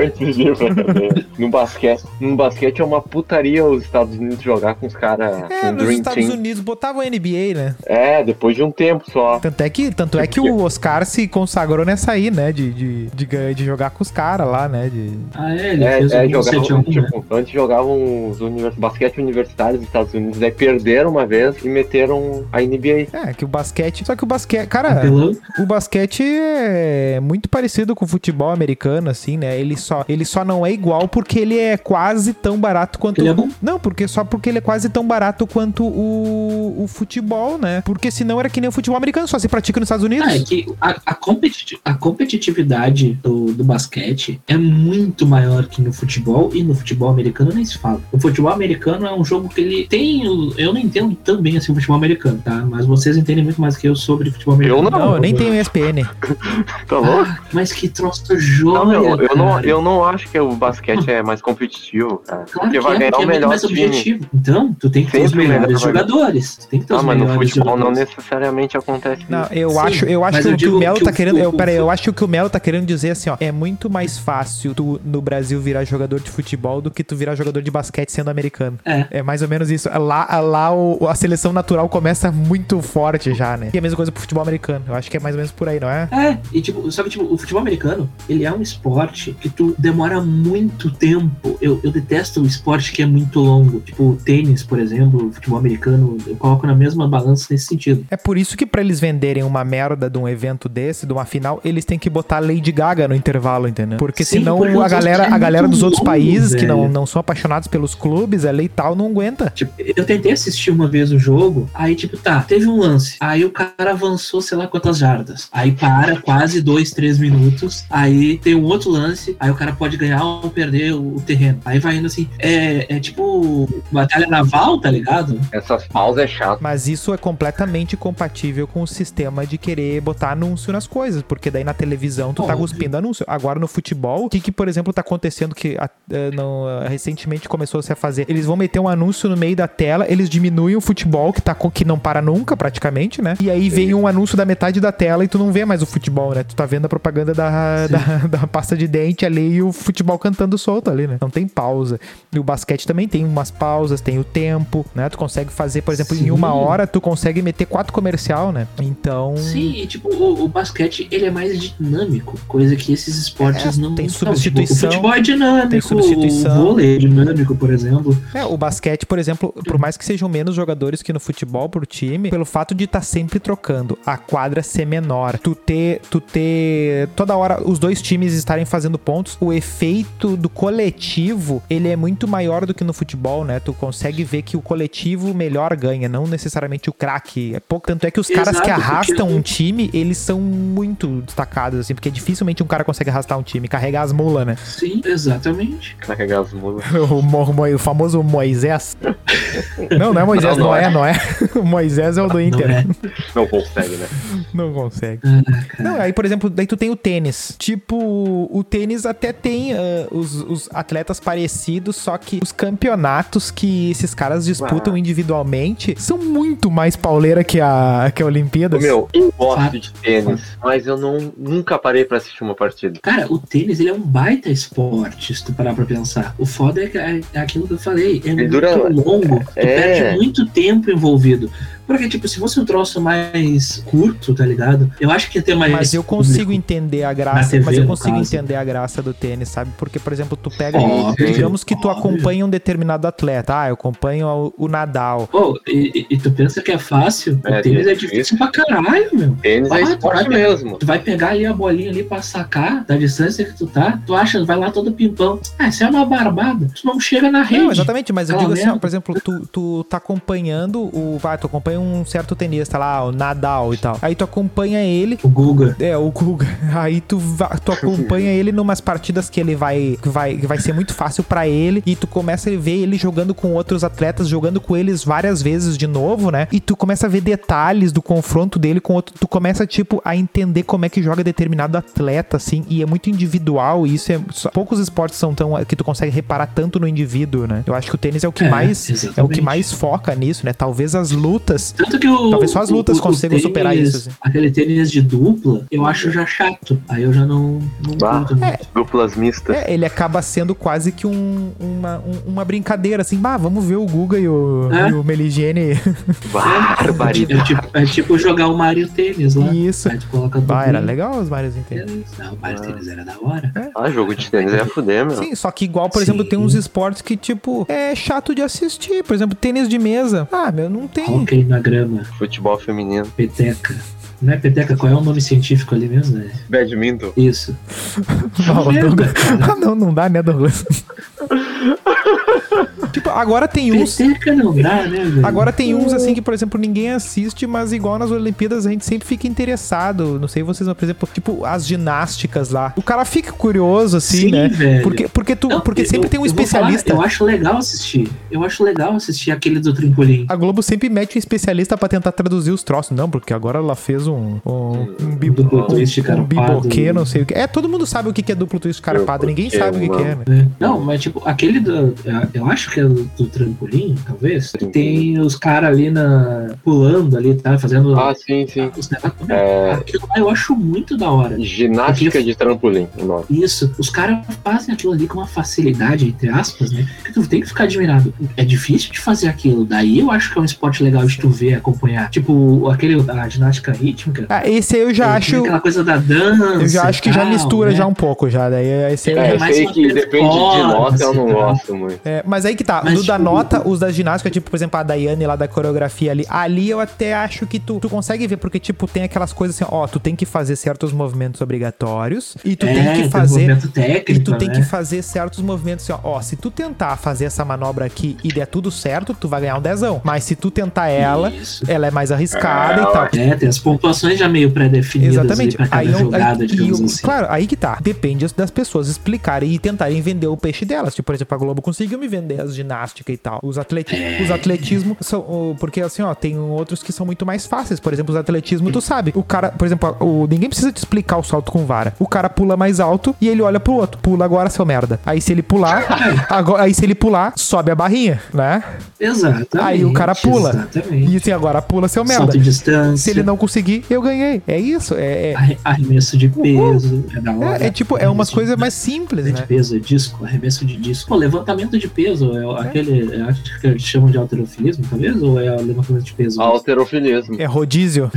Speaker 1: Antes de ir pra cadeia. No basquete. No basquete é uma putaria os Estados Unidos jogar com os caras
Speaker 2: É,
Speaker 1: com
Speaker 2: nos
Speaker 1: Um Dream
Speaker 2: Estados
Speaker 1: Team.
Speaker 2: Unidos botavam a NBA, né?
Speaker 1: É, depois de um tempo só.
Speaker 2: Tanto é que, tanto é
Speaker 1: [laughs]
Speaker 2: que o Oscar se consagrou nessa aí, né? De, de, de, ganhar- de jogar com os caras lá, né? De...
Speaker 4: Ah, é, ele
Speaker 1: É,
Speaker 4: fez
Speaker 1: é
Speaker 4: um 7 a
Speaker 1: jogavam,
Speaker 4: 1, né?
Speaker 1: tipo, antes jogavam os univers... basquete universitário dos Estados Unidos, daí perderam uma vez e meteram a NBA.
Speaker 2: É, que o basquete. Só que o basquete. Cara,
Speaker 4: Apelão.
Speaker 2: o basquete é muito parecido com o futebol americano, assim, né? Ele só, ele só não é igual porque ele é quase tão barato quanto.
Speaker 4: Ele é bom.
Speaker 2: Não, porque só porque ele é quase tão barato quanto o, o futebol, né? Porque senão era que nem o futebol americano, só se pratica nos Estados Unidos.
Speaker 4: Ah, é que a, a competi- a competitividade do, do basquete é muito maior que no futebol, e no futebol americano nem se fala. O futebol americano é um jogo que ele tem. o- Eu não entendo tão bem assim o futebol americano, tá? Mas vocês entendem muito mais que eu sobre futebol
Speaker 1: Eu
Speaker 4: americano.
Speaker 2: Não, eu nem tenho ESPN.
Speaker 1: Tá louco?
Speaker 4: Mas que troço joia,
Speaker 1: Não, meu, eu não,
Speaker 4: cara.
Speaker 1: eu não acho que o basquete é mais competitivo, cara.
Speaker 4: Claro
Speaker 1: Porque
Speaker 4: que
Speaker 1: vai
Speaker 4: é,
Speaker 1: ganhar o
Speaker 4: porque é muito
Speaker 1: melhor
Speaker 4: mais
Speaker 1: time.
Speaker 4: objetivo. Então, tu tem que ter os
Speaker 1: Sempre o melhor
Speaker 4: melhores
Speaker 1: jogador.
Speaker 4: jogadores. Tu tem que ter
Speaker 1: Ah,
Speaker 4: os
Speaker 1: mas no
Speaker 4: melhores
Speaker 1: futebol não
Speaker 4: jogadores.
Speaker 1: necessariamente acontece isso.
Speaker 2: Não, eu
Speaker 4: Sim,
Speaker 2: acho, eu acho
Speaker 4: mas
Speaker 2: que,
Speaker 4: eu
Speaker 2: o que o
Speaker 4: digo
Speaker 2: Melo
Speaker 4: que
Speaker 2: tá
Speaker 4: o-
Speaker 2: querendo. Eu,
Speaker 4: o-
Speaker 2: peraí, eu acho que o que o Melo tá querendo dizer assim, ó. É muito mais fácil tu no Brasil virar jogador de futebol do que tu virar jogador de basquete sendo americano.
Speaker 4: É.
Speaker 2: É mais ou menos isso. Lá, lá o- a seleção natural começa muito forte já, né? E a mesma coisa pro futebol americano. Eu acho que é mais ou menos por aí, não é?
Speaker 4: É, e tipo, só que tipo, futebol, o futebol americano, ele é um esporte que tu demora muito tempo. Eu, eu detesto o esporte que é muito longo. Tipo, o tênis, por exemplo, o futebol americano, eu coloco na mesma balança nesse sentido.
Speaker 2: É por isso que pra eles venderem uma merda de um evento desse, de uma final, eles têm que botar Lady Gaga no intervalo, entendeu? Porque
Speaker 4: Sim,
Speaker 2: senão
Speaker 4: porque
Speaker 2: a
Speaker 4: os
Speaker 2: galera,
Speaker 4: outros
Speaker 2: a galera dos
Speaker 4: são
Speaker 2: outros
Speaker 4: muito
Speaker 2: países
Speaker 4: bons,
Speaker 2: que não,
Speaker 4: velho.
Speaker 2: não são apaixonados pelos clubes, ela e tal, não aguenta.
Speaker 4: Tipo, eu tentei assistir uma vez o jogo, aí, tipo, tá, teve um lance. Aí o cara avançou, sei lá quantas jardas. Aí para quase dois, três minutos. Aí tem um outro lance. Aí o cara pode ganhar ou perder o, o terreno. Aí vai indo assim. É, é tipo batalha naval, tá ligado?
Speaker 1: Essas pausas é chato.
Speaker 2: Mas isso é completamente compatível com o sistema de querer botar anúncio nas coisas, porque daí na televisão tu tá
Speaker 4: Óbvio.
Speaker 2: cuspindo anúncio. Agora no futebol, o que, que, por exemplo, tá acontecendo que ah, eh, não, ah, recentemente começou-se a fazer? Eles vão meter um anúncio no meio da tela, eles diminuem o futebol, que, tá, co- que não para nunca, praticamente, né? E aí vem um anúncio da metade da tela e tu não vê mais o futebol, né? Tu tá vendo a propaganda da,
Speaker 4: Sim.
Speaker 2: da, [laughs] da pasta de dente ali e o futebol cantando solto ali, né? Não tem pausa. E o basquete também tem umas pausas, tem o tempo, né? Tu consegue fazer, por exemplo, em
Speaker 4: Sim.
Speaker 2: uma hora, tu consegue meter quatro comercial, né? Então.
Speaker 4: Sim, e, tipo, o, o basquete ele é mais dinâmico, coisa que esses esportes
Speaker 2: É,
Speaker 4: não
Speaker 2: tem
Speaker 4: não,
Speaker 2: substituição,
Speaker 4: tipo, o futebol é dinâmico,
Speaker 2: tem substituição.
Speaker 4: o vôlei é dinâmico, por exemplo.
Speaker 2: É, o basquete, por exemplo, por mais que sejam menos jogadores que no futebol pro time, pelo fato de estar sempre trocando, a quadra ser menor, tu ter, tu ter toda hora os dois times estarem fazendo pontos, o efeito do coletivo, ele é muito maior do que no futebol, né? Tu consegue ver que o coletivo melhor ganha, não necessariamente o craque. É pouco, tanto é que os caras
Speaker 4: Exato,
Speaker 2: que
Speaker 4: porque-
Speaker 2: arrastam um time, eles são muito destacados assim, porque dificilmente um cara consegue arrastar um time, carregar as mulas, né?
Speaker 4: Sim, exatamente.
Speaker 1: Carregar as mulas.
Speaker 2: [laughs] O, Mo- Mo- o famoso Moisés. Não, não é Moisés,
Speaker 1: Não,
Speaker 2: não,
Speaker 1: não
Speaker 2: é, não é. [laughs] O Moisés é o do
Speaker 4: Não
Speaker 2: Inter.
Speaker 4: é?
Speaker 1: Não consegue, né?
Speaker 2: Não consegue.
Speaker 4: Ah, cara.
Speaker 2: Não, aí, por exemplo, daí tu tem o tênis. Tipo, o tênis até tem ah, os, os atletas parecidos, só que os campeonatos que esses caras disputam individualmente são muito mais pauleira que a, que a Olimpíadas.
Speaker 1: Meu,
Speaker 4: é
Speaker 1: eu gosto
Speaker 4: Fato.
Speaker 1: de tênis, mas eu não, nunca parei pra assistir uma partida.
Speaker 4: Cara, o tênis ele é um baita esporte, se tu parar pra pensar. O foda é, que- é aquilo que eu falei, é muito
Speaker 1: dura-
Speaker 4: longo, tu
Speaker 1: é.
Speaker 4: perde muito tempo envolvido. Porque, tipo, se fosse um troço mais curto, tá ligado? Eu acho que ia ter mais.
Speaker 2: Mas eu consigo
Speaker 4: público.
Speaker 2: entender a graça,
Speaker 4: TV,
Speaker 2: mas eu
Speaker 4: no
Speaker 2: consigo
Speaker 4: caso.
Speaker 2: entender a graça do tênis, sabe? Porque, por exemplo, tu pega,
Speaker 4: Óbvio,
Speaker 2: digamos que tu
Speaker 4: óbvio.
Speaker 2: acompanha um determinado atleta, ah, eu acompanho o- o Nadal,
Speaker 4: Pô, e, e- e tu pensa que é fácil?
Speaker 1: É,
Speaker 4: o tênis é
Speaker 1: difícil.
Speaker 4: difícil pra caralho, meu.
Speaker 1: Tênis é
Speaker 4: Ah,
Speaker 1: esporte
Speaker 4: claro.
Speaker 1: mesmo.
Speaker 4: Tu vai pegar ali a bolinha ali pra sacar da distância que tu tá, tu acha, vai lá todo pimpão. Ah, isso é uma barbada. Tu não chega na rede.
Speaker 2: Não, exatamente, mas eu
Speaker 4: Tá
Speaker 2: digo assim, ó,
Speaker 4: vendo?
Speaker 2: por exemplo, tu, tu tá acompanhando o. Ah, tu acompanha um certo tenista lá, o Nadal e tal. Aí tu acompanha ele.
Speaker 4: O Guga.
Speaker 2: É, o Guga. [laughs] Aí tu, va- tu acompanha ele numas partidas que ele vai. Que vai, que vai ser muito fácil pra ele. E tu começa a ver ele jogando com outros atletas, jogando com eles várias vezes de novo, né? E tu começa a ver detalhes do confronto dele com outro. Tu começa, tipo, a entender como é que joga determinado atleta, assim. E é muito individual. E isso é. só- poucos esportes são tão. que tu consegue reparar tanto no indivíduo, né? Eu acho que o tênis é o que
Speaker 4: É,
Speaker 2: mais. É o que
Speaker 4: exatamente.
Speaker 2: mais foca nisso, né? Talvez as lutas
Speaker 4: Tanto que o.
Speaker 2: Talvez só as lutas
Speaker 4: o- o
Speaker 2: consigam superar isso, assim. Uhum.
Speaker 4: Aquele tênis de dupla, eu acho já chato. Aí eu já não, não
Speaker 1: Bah.
Speaker 4: curto né? muito.
Speaker 1: Duplas mistas.
Speaker 2: É, ele acaba sendo quase que um- uma, um- uma brincadeira, assim, bah, vamos ver o Guga e o,
Speaker 4: É.
Speaker 2: e o Meligene.
Speaker 1: Barbaridade.
Speaker 4: É tipo, é tipo jogar o Mario Tênis lá.
Speaker 2: [laughs] Isso.
Speaker 4: Aí tu coloca dupla.
Speaker 2: Bah, era legal os Marios inteiros.
Speaker 4: Tênis. Ah, o Mario Tênis era da hora.
Speaker 1: Ah, jogo de tênis é fuder, meu.
Speaker 2: Sim, só que igual, por
Speaker 4: Sim.
Speaker 2: exemplo, tem uns esportes que, tipo, é chato de assistir. Por exemplo, tênis de mesa. Ah, meu, não tem.
Speaker 4: Coloquei na grama,
Speaker 1: Futebol feminino.
Speaker 4: peteca. Não é peteca, qual é o nome científico ali mesmo? né?
Speaker 1: Badminton.
Speaker 2: [laughs]
Speaker 4: Isso.
Speaker 2: Não,
Speaker 4: Merda,
Speaker 2: Douglas.
Speaker 4: cara.
Speaker 2: Ah, [laughs] não, não dá, né,
Speaker 4: [laughs]
Speaker 2: Douglas? tipo, agora tem uns...
Speaker 4: Peteca não dá, né, velho?
Speaker 2: Agora tem uns assim que, por exemplo, ninguém assiste, mas igual nas Olimpíadas a gente sempre fica interessado. Não sei vocês, mas, por exemplo, tipo as ginásticas lá. O cara fica curioso assim,
Speaker 4: Sim,
Speaker 2: né?
Speaker 4: velho.
Speaker 2: Porque porque tu,
Speaker 4: Não,
Speaker 2: porque
Speaker 4: eu-
Speaker 2: sempre tem um
Speaker 4: eu vou falar,
Speaker 2: especialista.
Speaker 4: eu acho legal assistir. Eu acho legal assistir aquele do trampolim.
Speaker 2: A Globo sempre mete um especialista pra tentar traduzir os troços. Não, porque agora ela fez um um, um, bi-
Speaker 4: Duplo
Speaker 2: um-
Speaker 4: twist
Speaker 2: um
Speaker 4: carpado.
Speaker 2: biboquê, não sei o que. É, todo mundo sabe o que que é duplo twist carpado, ninguém
Speaker 1: Biboquê,
Speaker 2: sabe o que que é, né?
Speaker 4: É. Não, mas tipo, aquele do. Eu acho que é do do, do trampolim, talvez, tem os caras ali na, pulando ali, tá? Fazendo
Speaker 1: Ah, sim, sim.
Speaker 4: os negócios. né?
Speaker 1: É,
Speaker 4: Aquilo lá eu acho muito da hora.
Speaker 1: ginástica de trampolim, o nome.
Speaker 4: Isso, os caras fazem aquilo ali com uma facilidade, entre aspas, né? Que tu tem que ficar admirado. É difícil de fazer aquilo. Daí eu acho que é um esporte legal de tu ver, acompanhar. Tipo, aquele, a ginástica rítmica.
Speaker 2: Ah, esse aí eu
Speaker 4: tem
Speaker 2: já acho.
Speaker 4: Aquela coisa da dança.
Speaker 2: Eu já acho que já
Speaker 4: tal,
Speaker 2: mistura
Speaker 4: né?
Speaker 2: já um pouco já. Daí esse aí eu
Speaker 4: É,
Speaker 1: É,
Speaker 2: já
Speaker 1: eu
Speaker 4: mais
Speaker 1: sei
Speaker 4: uma assim,
Speaker 1: que depende de
Speaker 4: performance
Speaker 1: nota, eu não
Speaker 4: e tal.
Speaker 1: gosto muito.
Speaker 2: É, mas aí que tá,
Speaker 4: Mas,
Speaker 2: do da
Speaker 4: tipo,
Speaker 2: nota, os da ginástica, tipo, por exemplo, a Daiane lá da coreografia ali, ali eu até acho que tu, tu consegue ver, porque, tipo, tem aquelas coisas assim, ó, tu tem que fazer certos movimentos obrigatórios e tu
Speaker 4: É,
Speaker 2: tem que
Speaker 4: um
Speaker 2: fazer.
Speaker 4: movimento técnico,
Speaker 2: E tu tem
Speaker 4: né?
Speaker 2: que fazer certos movimentos assim, ó, ó. Se tu tentar fazer essa manobra aqui e der tudo certo, tu vai ganhar um dezão. Mas se tu tentar ela,
Speaker 4: Isso.
Speaker 2: ela é mais arriscada e tal.
Speaker 4: É, tem as pontuações já meio pré-definidas ali
Speaker 2: Exatamente.
Speaker 4: pra [laughs] cada
Speaker 2: Aí, eu-
Speaker 4: jogada,
Speaker 2: aí-
Speaker 4: digamos
Speaker 2: e eu-
Speaker 4: assim.
Speaker 2: Claro, aí que tá. Depende das pessoas explicarem e tentarem vender o peixe delas. Tipo, por exemplo, a Globo conseguiu me vender as ginástica e tal. Os, atleti
Speaker 4: É.
Speaker 2: os atletismo são. o- Porque assim, ó, tem outros que são muito mais fáceis. Por exemplo, os atletismo, tu sabe. O cara, por exemplo, o, ninguém precisa te explicar o salto com vara. O cara pula mais alto e ele olha pro outro. Pula agora, seu merda. Aí se ele
Speaker 4: [laughs]
Speaker 2: pular, agora- aí se ele pular, sobe a barrinha, né?
Speaker 4: Exatamente.
Speaker 2: Aí o cara pula.
Speaker 4: Exatamente.
Speaker 2: E assim, agora pula, seu merda.
Speaker 4: Salto de distância.
Speaker 2: Se ele não conseguir, eu ganhei. É isso. É, é,
Speaker 4: arre- Arremesso de peso. É, da hora.
Speaker 2: É, é tipo, é umas
Speaker 4: Arremesso
Speaker 2: coisas
Speaker 4: de-
Speaker 2: mais simples,
Speaker 4: Arremesso
Speaker 2: né?
Speaker 4: de peso, é disco, arremesso de disco. Pô, levantamento de peso, é, o- aquele. eu Acho que eles chamam de alterofilismo, talvez? Ou é o levantamento de peso?
Speaker 1: Alterofilismo.
Speaker 2: É rodízio.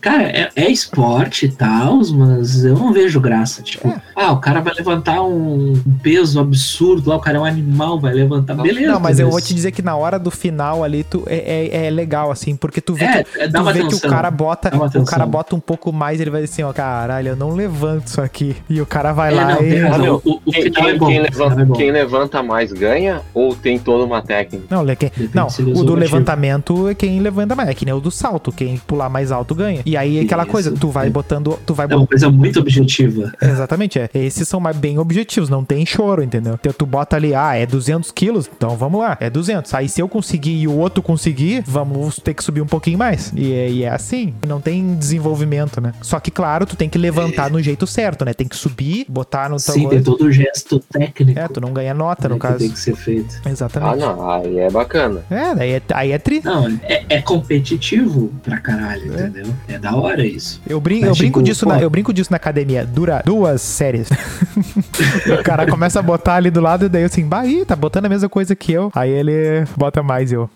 Speaker 4: Cara, é, é esporte e tal, mas eu não vejo graça. Tipo,
Speaker 2: É.
Speaker 4: ah, o cara vai levantar um peso absurdo lá, o cara é um animal, vai levantar. Beleza.
Speaker 2: Não, mas eu vou te dizer que na hora do final ali, tu é, é, é legal, assim, porque tu vê,
Speaker 4: É,
Speaker 2: que,
Speaker 4: é, dá
Speaker 2: tu
Speaker 4: uma
Speaker 2: vê que
Speaker 4: atenção.
Speaker 2: o cara bota.
Speaker 4: Dá uma
Speaker 2: O cara
Speaker 4: atenção.
Speaker 2: bota um pouco mais, ele vai dizer assim, ó, caralho, eu não levanto isso aqui. E o cara vai
Speaker 4: É,
Speaker 2: lá
Speaker 4: não,
Speaker 2: e.
Speaker 4: tem razão.
Speaker 1: meu,
Speaker 4: o, o
Speaker 1: Quem,
Speaker 4: final
Speaker 1: quem-
Speaker 4: é bom.
Speaker 1: quem
Speaker 4: o final
Speaker 1: levanta,
Speaker 4: é bom.
Speaker 1: quem levanta mais ganha ou tem toda uma técnica?
Speaker 2: Não, le- quem-
Speaker 4: Depende
Speaker 2: não
Speaker 4: se ele é
Speaker 2: o
Speaker 4: usou
Speaker 2: do
Speaker 4: o motivo.
Speaker 2: levantamento é quem levanta mais. É que nem o do salto. Quem pular mais alto ganha. E aí é aquela
Speaker 4: Isso.
Speaker 2: coisa, tu vai botando. Tu vai
Speaker 4: É uma
Speaker 2: botando.
Speaker 4: coisa muito objetiva.
Speaker 2: Exatamente, é. Esses são mais bem objetivos, não tem choro, entendeu? Então tu bota ali, ah, é 200 quilos, então vamos lá, é 200. Aí se eu conseguir e o outro conseguir, vamos ter que subir um pouquinho mais. E é, e é assim, não tem desenvolvimento, né? Só que, claro, tu tem que levantar no jeito certo, né? Tem que subir, botar no
Speaker 4: É. Sim,
Speaker 2: teu...
Speaker 4: tem todo o gesto técnico
Speaker 2: tá É, tu não ganha nota,
Speaker 4: né,
Speaker 2: no
Speaker 4: que tem
Speaker 2: caso.
Speaker 4: que ser feito.
Speaker 1: Ah,
Speaker 2: Exatamente.
Speaker 1: não, aí é bacana.
Speaker 2: É, daí é, aí é tri.
Speaker 4: Não, é, é competitivo pra caralho,
Speaker 2: É.
Speaker 4: entendeu? É da hora isso.
Speaker 2: Eu, brin
Speaker 4: Mas,
Speaker 2: eu, brinco
Speaker 4: tipo,
Speaker 2: disso
Speaker 4: pô-
Speaker 2: na, eu brinco disso na academia. Dura duas séries. [laughs] o cara começa a botar ali do lado, e daí eu assim, bah, ih, tá botando a mesma coisa que eu. Aí ele bota mais eu.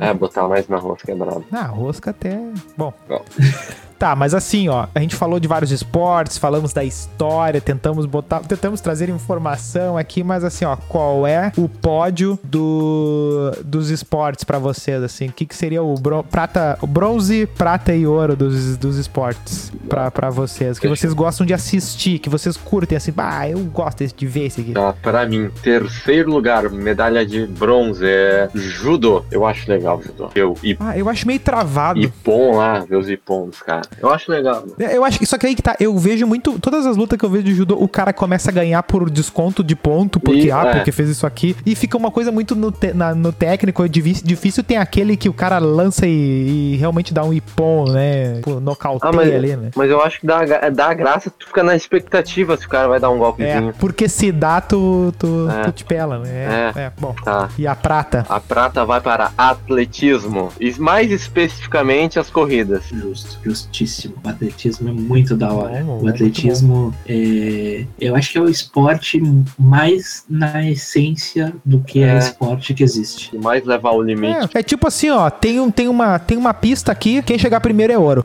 Speaker 1: É, botar mais na rosca é brabo.
Speaker 2: Na Ah, rosca até. Bom.
Speaker 1: Bom.
Speaker 2: [laughs] Tá, mas assim, ó, a gente falou de vários esportes, falamos da história, tentamos botar, tentamos trazer informação aqui, mas assim, ó, qual é o pódio do, dos esportes pra vocês, assim? O que, que seria o, bron- prata, o bronze, prata e ouro dos, dos esportes pra, pra vocês? Que vocês gostam de assistir, que vocês curtem, assim, bah, eu gosto desse- de ver esse aqui.
Speaker 1: Tá, pra mim, terceiro lugar, medalha de bronze é judô. Eu acho legal judô. Eu, e
Speaker 2: Ah, eu acho meio travado.
Speaker 1: Ippon lá, meus Ippons, cara. Eu acho legal. mano.
Speaker 2: É, Eu acho que só que aí que tá, eu vejo muito, todas as lutas que eu vejo de judô, o cara começa a ganhar por desconto de ponto, porque
Speaker 1: Isso,
Speaker 2: ah,
Speaker 1: é.
Speaker 2: porque fez isso aqui, e fica uma coisa muito no, te- na- no técnico, é divi- difícil tem aquele que o cara lança e, e realmente dá um ipom, né, Pô, nocauteia
Speaker 1: Ah, mas-
Speaker 2: ali, né.
Speaker 1: Mas eu acho que dá, gra- dá graça, tu fica na expectativa se o cara vai dar um
Speaker 2: É,
Speaker 1: golpezinho.
Speaker 2: porque se dá, tu, tu,
Speaker 1: É.
Speaker 2: tu te pela, né, é, é, bom.
Speaker 1: Tá.
Speaker 2: E a prata?
Speaker 1: A prata vai para atletismo. E mais especificamente as corridas.
Speaker 4: Justo, justíssimo. O atletismo é muito da hora.
Speaker 2: Bom,
Speaker 4: o
Speaker 2: é
Speaker 4: atletismo é. Eu acho que é o esporte mais na essência do que é,
Speaker 1: É.
Speaker 4: esporte que existe.
Speaker 1: E mais levar o limite.
Speaker 2: É, é tipo assim, ó, tem, um, tem, uma, tem uma pista aqui, quem chegar primeiro é ouro.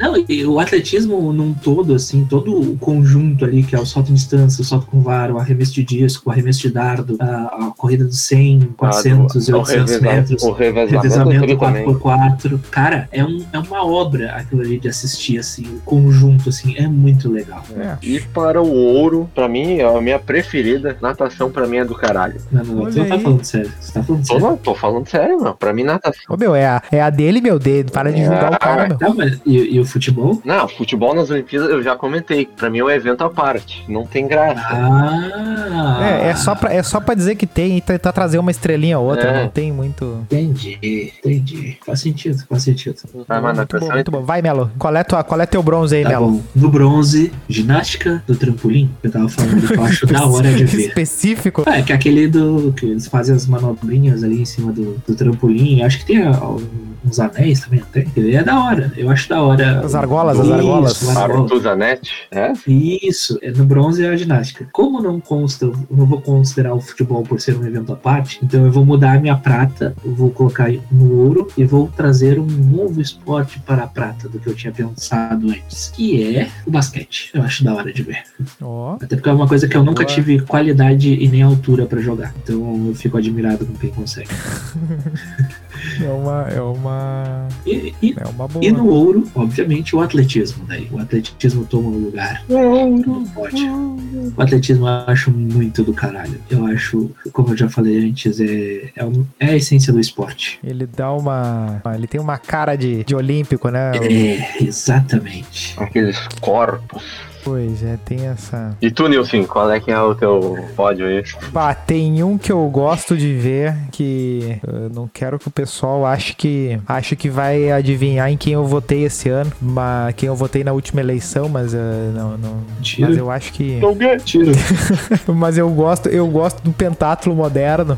Speaker 4: Não, e o atletismo num todo, assim, todo o conjunto ali, que é o salto em distância, o salto com vara, o arremesso de disco, o arremesso de dardo, a, a corrida
Speaker 2: Ah,
Speaker 4: dos 100,
Speaker 2: é
Speaker 4: 400 e
Speaker 1: é o
Speaker 4: 800
Speaker 1: revesa-
Speaker 4: metros.
Speaker 1: O revezamento,
Speaker 4: Revezamento
Speaker 1: ele também.
Speaker 4: 4x4. Cara, é, um, é uma obra aquilo ali de assistir, assim, o conjunto, assim, é muito legal.
Speaker 2: É.
Speaker 1: E para o ouro, pra mim, é a minha preferida. Natação pra mim é do caralho.
Speaker 4: Não, não, tu
Speaker 2: Olha
Speaker 4: não tá
Speaker 2: aí.
Speaker 4: falando sério. Você tá falando
Speaker 1: Tô,
Speaker 4: sério.
Speaker 1: não, tô falando sério, mano. Pra mim, natação.
Speaker 2: Ô, meu, é a, é a dele, meu dedo, para
Speaker 1: É.
Speaker 2: de julgar o cara, meu.
Speaker 4: Tá, mas e, e o futebol?
Speaker 1: Não, futebol nas Olimpíadas eu já comentei. Pra mim é um evento à parte. Não tem graça.
Speaker 4: Ah!
Speaker 2: É, é só, pra, é só pra dizer que tem e tentar trazer uma estrelinha ou outra,
Speaker 1: É.
Speaker 2: não tem muito.
Speaker 4: Tem, Entendi, entendi. Faz sentido, faz sentido.
Speaker 1: Tá, mas
Speaker 2: muito bom,
Speaker 1: natação
Speaker 2: muito bom. Vai, Melo. Qual é, tua, qual é teu bronze aí,
Speaker 4: Tá
Speaker 2: Melo?
Speaker 4: bom. No bronze, ginástica do trampolim, que eu tava falando que
Speaker 2: [laughs]
Speaker 4: eu acho da hora de ver.
Speaker 2: Específico.
Speaker 4: É, que é aquele do. que eles fazem as manobrinhas ali em cima do, do trampolim. Acho que tem ah, um- uns anéis também até. Ele é da hora. Eu acho da hora.
Speaker 2: As argolas,
Speaker 1: as
Speaker 4: Isso,
Speaker 2: argolas.
Speaker 4: as argolas.
Speaker 1: Artusanete, é?
Speaker 4: Isso, é, no bronze é a ginástica. Como não consta, eu não vou considerar o futebol por ser um evento à parte, então eu vou mudar a minha prata, eu vou colocar no ouro e vou trazer um novo esporte para a prata do que eu tinha pensado antes, que é o basquete. Eu acho da hora de ver.
Speaker 2: Ó.
Speaker 4: Até porque é uma coisa que eu nunca
Speaker 2: Boa.
Speaker 4: tive qualidade e nem altura pra jogar. Então eu fico admirado com quem consegue.
Speaker 2: É uma. É uma.
Speaker 4: E, e-
Speaker 2: É uma boa.
Speaker 4: e no ouro, obviamente, o atletismo. Daí. O atletismo toma o lugar. Não pode. O atletismo eu acho muito do caralho. Eu acho, como eu já falei antes, é, é, um- é a essência do esporte.
Speaker 2: Ele dá uma. ah, Ele tem uma cara de, de olímpico,
Speaker 4: [laughs]
Speaker 2: né?
Speaker 4: É, exatamente.
Speaker 1: Aqueles corpos.
Speaker 2: Pois é, tem essa.
Speaker 1: E tu, Nilson, qual é que é o teu pódio aí?
Speaker 2: Bah, tem um que eu gosto de ver que eh, não quero que o pessoal ache que ache que vai adivinhar em quem eu votei esse ano, mas quem eu votei na última eleição, mas eh, não, não-
Speaker 4: Tiro.
Speaker 2: mas eu acho que [laughs]
Speaker 4: Tiro.
Speaker 2: mas eu gosto, eu gosto do pentátulo moderno.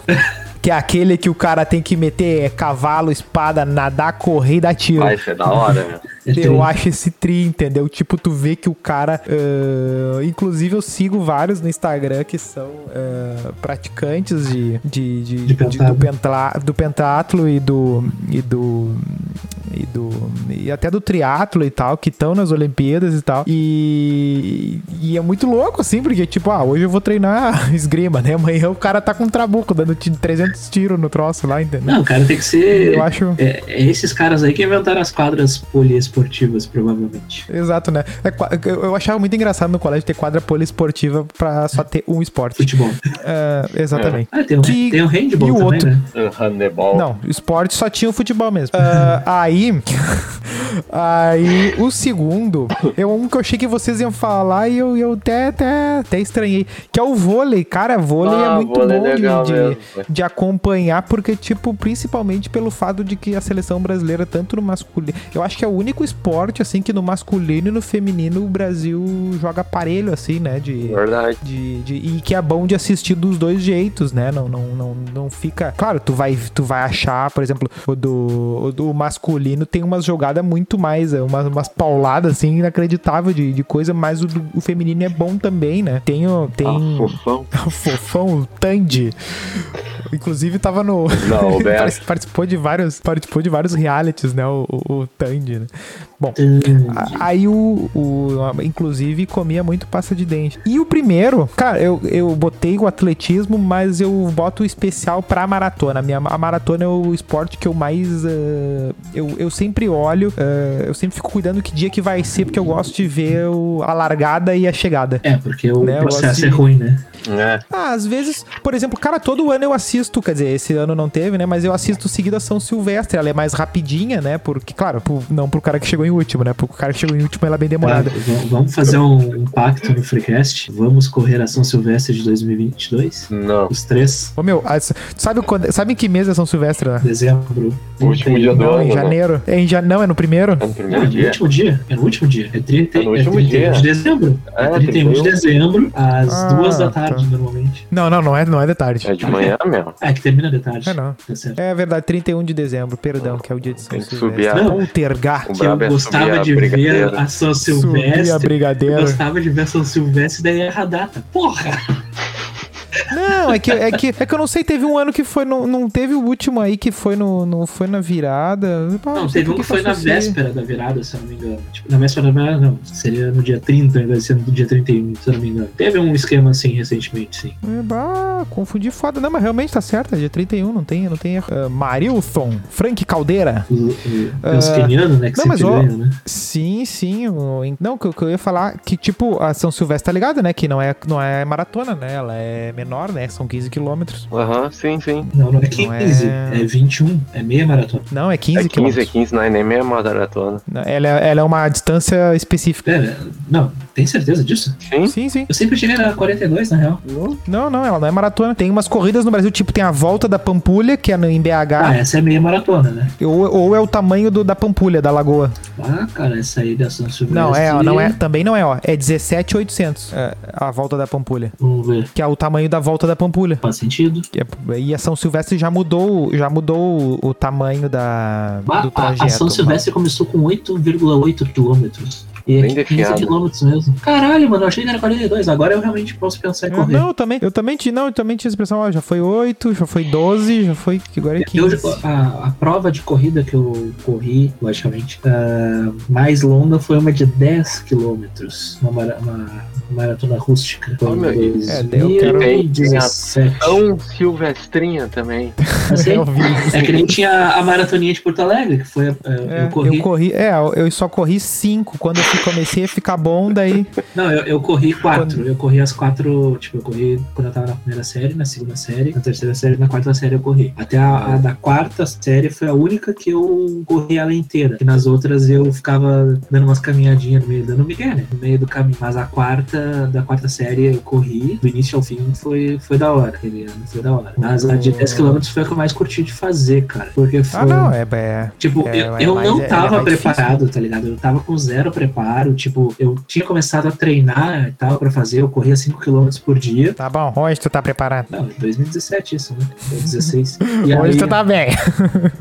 Speaker 2: Que é aquele que o cara tem que meter é, cavalo, espada, nadar, correr e dar tiro.
Speaker 1: Vai ser da hora, né?
Speaker 4: É
Speaker 2: Eu
Speaker 4: tri.
Speaker 2: acho esse tri, entendeu? Tipo, tu vê que o cara. ah, inclusive, eu sigo vários no Instagram que são ah, praticantes de, de, de-
Speaker 4: De
Speaker 2: de- do,
Speaker 4: pentátulo.
Speaker 2: pentla, do pentatlo e do. E do e do e até do triatlo e tal que estão nas Olimpíadas e tal e, e é muito louco assim porque tipo ah hoje eu vou treinar [laughs] esgrima né amanhã o cara tá com um trabuco dando ti- 300 tiros no troço lá entendeu
Speaker 4: Não, o cara tem que ser.
Speaker 2: eu acho
Speaker 4: É, é esses caras aí que inventaram as quadras poliesportivas, provavelmente.
Speaker 2: Exato, né? É qua- eu- eu achava muito engraçado no colégio ter quadra poliesportiva pra só ter um
Speaker 1: [laughs]
Speaker 2: esporte.
Speaker 4: Futebol.
Speaker 2: É, exatamente.
Speaker 4: Ah, tem o,
Speaker 2: Que-
Speaker 4: tem o handball
Speaker 2: e o
Speaker 4: também,
Speaker 2: outro?
Speaker 4: né?
Speaker 1: Uh, Handebol.
Speaker 2: Não, esporte só tinha o futebol mesmo.
Speaker 1: É.
Speaker 2: Ah, aí. [laughs] aí, o segundo, é um que eu achei que vocês iam falar e eu, eu até, até, até estranhei. Que é o vôlei. Cara, vôlei é
Speaker 1: Ah,
Speaker 2: muito
Speaker 1: vôlei
Speaker 2: bom de-
Speaker 1: legal
Speaker 2: de,
Speaker 1: mesmo.
Speaker 2: de acompanhar, porque, tipo, principalmente pelo fato de que a seleção brasileira, tanto no masculino. Eu acho que é o único esporte, assim, que no masculino e no feminino o Brasil joga parelho, assim, né? De.
Speaker 1: Verdade.
Speaker 2: De, de- e que é bom de assistir dos dois jeitos, né? Não, não, não, não fica. Claro, tu vai, tu vai achar, por exemplo, o do, o do masculino tem umas jogadas muito mais, é, umas, umas pauladas assim, inacreditável de, de coisa, mas o, do- o feminino é bom também, né? Tem, o- tem
Speaker 1: Ah, fofão.
Speaker 2: o fofão, o Tandy. Inclusive tava no. [laughs]
Speaker 1: Não, Ah, o Bear.
Speaker 2: Partic- participou de vários participou de vários realities né o, o, o Tandy né? bom
Speaker 4: um-
Speaker 2: a- aí o, o inclusive comia muito pasta de dente e o primeiro cara eu, eu botei o atletismo mas eu boto o especial pra maratona a minha a maratona é o esporte que eu mais eh, eu, eu sempre olho eh, eu sempre fico cuidando que dia que vai ser porque eu gosto de ver o- a largada e a chegada
Speaker 4: É, porque o
Speaker 2: Né, eu
Speaker 4: processo
Speaker 2: gosto
Speaker 4: é
Speaker 2: de-
Speaker 4: ruim, né?
Speaker 1: Né?
Speaker 2: ah, às vezes, por exemplo, cara, todo ano eu assisto, quer dizer, esse ano não teve, né? Mas eu assisto seguida São Silvestre, ela é mais rapidinha, né? Porque, claro, pro- não pro cara que chegou em último, né? Pro cara que chegou em último ela é bem demorada.
Speaker 4: Tá, v- vamos fazer um, um pacto no Freecast? Vamos correr a São Silvestre de 2022?
Speaker 1: Não.
Speaker 4: Os três?
Speaker 2: Ô meu, as- tu sabe, quando, sabe em que mês é São Silvestre, né?
Speaker 4: Dezembro.
Speaker 1: O último dia do
Speaker 2: Não,
Speaker 1: ano.
Speaker 2: em
Speaker 1: né?
Speaker 2: janeiro. É em ja... Não, é no primeiro?
Speaker 1: É no
Speaker 4: Não,
Speaker 1: primeiro
Speaker 4: é no
Speaker 1: dia.
Speaker 4: último dia. É no último dia. É, 30,
Speaker 1: É no
Speaker 4: é
Speaker 1: último
Speaker 4: 31
Speaker 1: dia.
Speaker 4: de dezembro.
Speaker 1: É,
Speaker 4: É, 31
Speaker 1: 31.
Speaker 4: de dezembro, às
Speaker 2: Ah,
Speaker 4: duas da
Speaker 2: tá.
Speaker 4: tarde, normalmente.
Speaker 2: Não, não, não é, não é de tarde.
Speaker 1: É de manhã mesmo.
Speaker 4: Ah, é que termina de tarde.
Speaker 2: É não.
Speaker 4: Tá certo.
Speaker 2: É verdade, 31 de dezembro, perdão, que é o dia de São
Speaker 1: Tem que
Speaker 2: Silvestre.
Speaker 1: subir
Speaker 2: um
Speaker 1: a-
Speaker 2: Poltergar.
Speaker 1: O
Speaker 4: Que eu
Speaker 1: brabo é subir
Speaker 4: gostava
Speaker 1: a
Speaker 4: de ver
Speaker 1: brigadeira.
Speaker 4: a São
Speaker 2: Subir a
Speaker 4: Silvestre. Eu
Speaker 2: brigadeira.
Speaker 4: gostava de ver a São Silvestre, daí erra a data. Porra!
Speaker 2: Não, é que, é, que, é que eu não sei, teve um ano que foi, no, não teve o último aí que foi no, no foi na virada. Pá,
Speaker 4: Não,
Speaker 2: sei
Speaker 4: teve um
Speaker 2: Ah, por
Speaker 4: que foi na
Speaker 2: passou assim.
Speaker 4: véspera da virada, se eu não me engano. Tipo, na véspera da virada, não. Seria no dia 30, ao invés de ser no dia 31, se eu não me engano. Teve um esquema assim recentemente, sim.
Speaker 2: É, bah, confundi foda. Não, mas realmente tá certo, é dia 31, não tem, não tem erro. Ah, Marilson, Frank Caldeira.
Speaker 4: O- o- é Os
Speaker 2: Ah,
Speaker 4: quenianos, né? Que
Speaker 2: não,
Speaker 4: sempre
Speaker 2: mas, ó,
Speaker 4: ganham, né?
Speaker 2: Sim, sim. o- Não, que eu que eu ia falar que, tipo, a São Silvestre tá ligada, né? Que não é, não é maratona, né? Ela é menor, né? né? São 15 quilômetros.
Speaker 1: Aham, sim, sim.
Speaker 4: Não, não
Speaker 2: Não
Speaker 4: é
Speaker 2: é-
Speaker 4: 15, é 21, é meia maratona.
Speaker 2: Não, é 15
Speaker 1: É 15, é
Speaker 2: quilômetros.
Speaker 1: 15, não é nem meia maratona.
Speaker 2: Não, Ela, é- ela é uma distância específica.
Speaker 4: Pera, não, tem certeza disso?
Speaker 1: Sim?
Speaker 2: Sim, sim.
Speaker 4: Eu sempre tive na 42, na real.
Speaker 2: Não, não, ela não é maratona. Tem umas corridas no Brasil, tipo, tem a volta da Pampulha, que é no- em
Speaker 4: Ah,
Speaker 2: BH,
Speaker 4: essa é meia maratona, né?
Speaker 2: ou, ou é o tamanho do, da Pampulha, da Lagoa.
Speaker 4: Ah, cara, essa aí da assim, São Silvestre.
Speaker 2: Não, é, ó, não é, também não é, ó. É 17,800 é, a volta da Pampulha,
Speaker 4: Vamos ver.
Speaker 2: que é o tamanho da volta da Pampulha.
Speaker 4: Faz sentido.
Speaker 2: Que é- E a São Silvestre já mudou, já mudou o, o tamanho da,
Speaker 4: Mas
Speaker 2: do
Speaker 4: Ah, a,
Speaker 2: trajeto.
Speaker 4: a São Silvestre começou com 8,8 quilômetros. E é
Speaker 1: Bem
Speaker 4: 15
Speaker 1: defiado.
Speaker 4: quilômetros mesmo. Caralho, mano, eu achei que era 42. Agora eu realmente posso pensar em
Speaker 2: Eu,
Speaker 4: correr.
Speaker 2: É. Ah, não, eu também, eu também tinha, não, eu também tinha a expressão, ó, já foi 8, já foi 12, já foi, que agora é
Speaker 4: Eu,
Speaker 2: 15.
Speaker 4: a, a prova de corrida que eu corri, logicamente, ah, mais longa foi uma de 10 quilômetros, uma, mara- uma maratona rústica. Foi
Speaker 1: Ah,
Speaker 4: em
Speaker 1: meu,
Speaker 2: é, daí eu quero- Então,
Speaker 4: 2017.
Speaker 1: São Silvestrinha também.
Speaker 2: [laughs]
Speaker 4: Assim,
Speaker 2: Eu vi isso.
Speaker 4: é que nem tinha a maratoninha de Porto Alegre, que foi. ah,
Speaker 2: É,
Speaker 4: eu corri.
Speaker 2: eu corri, é, eu- eu só corri 5, quando eu fui- comecei a ficar bom, daí
Speaker 4: Não, eu, eu corri quatro. Eu corri as quatro. Tipo, eu corri quando eu tava na primeira série, na segunda série, na terceira série, na quarta série eu corri. Até a, a da quarta série foi a única que eu corri ela inteira. E nas outras eu ficava dando umas caminhadinhas no meio, dando migué, né? No meio do caminho. Mas a quarta, da quarta série eu corri, do início ao fim foi, foi da hora. Aquele ano foi da hora. Mas a de 10km foi a que eu mais curti de fazer, cara. Porque foi.
Speaker 2: Ah, não, é, é
Speaker 4: Tipo,
Speaker 2: É,
Speaker 4: eu,
Speaker 2: é
Speaker 4: eu
Speaker 2: mais-
Speaker 4: não
Speaker 2: é- é
Speaker 4: tava
Speaker 2: mais difícil.
Speaker 4: preparado, tá ligado? Eu tava com zero preparo. Tipo, eu tinha começado a treinar e tal pra fazer. Eu corria 5km por dia.
Speaker 2: Tá bom, hoje tu tá preparado.
Speaker 4: Não, é 2017 isso, né? É 16. E
Speaker 2: [laughs] hoje
Speaker 4: aí,
Speaker 2: tu tá bem.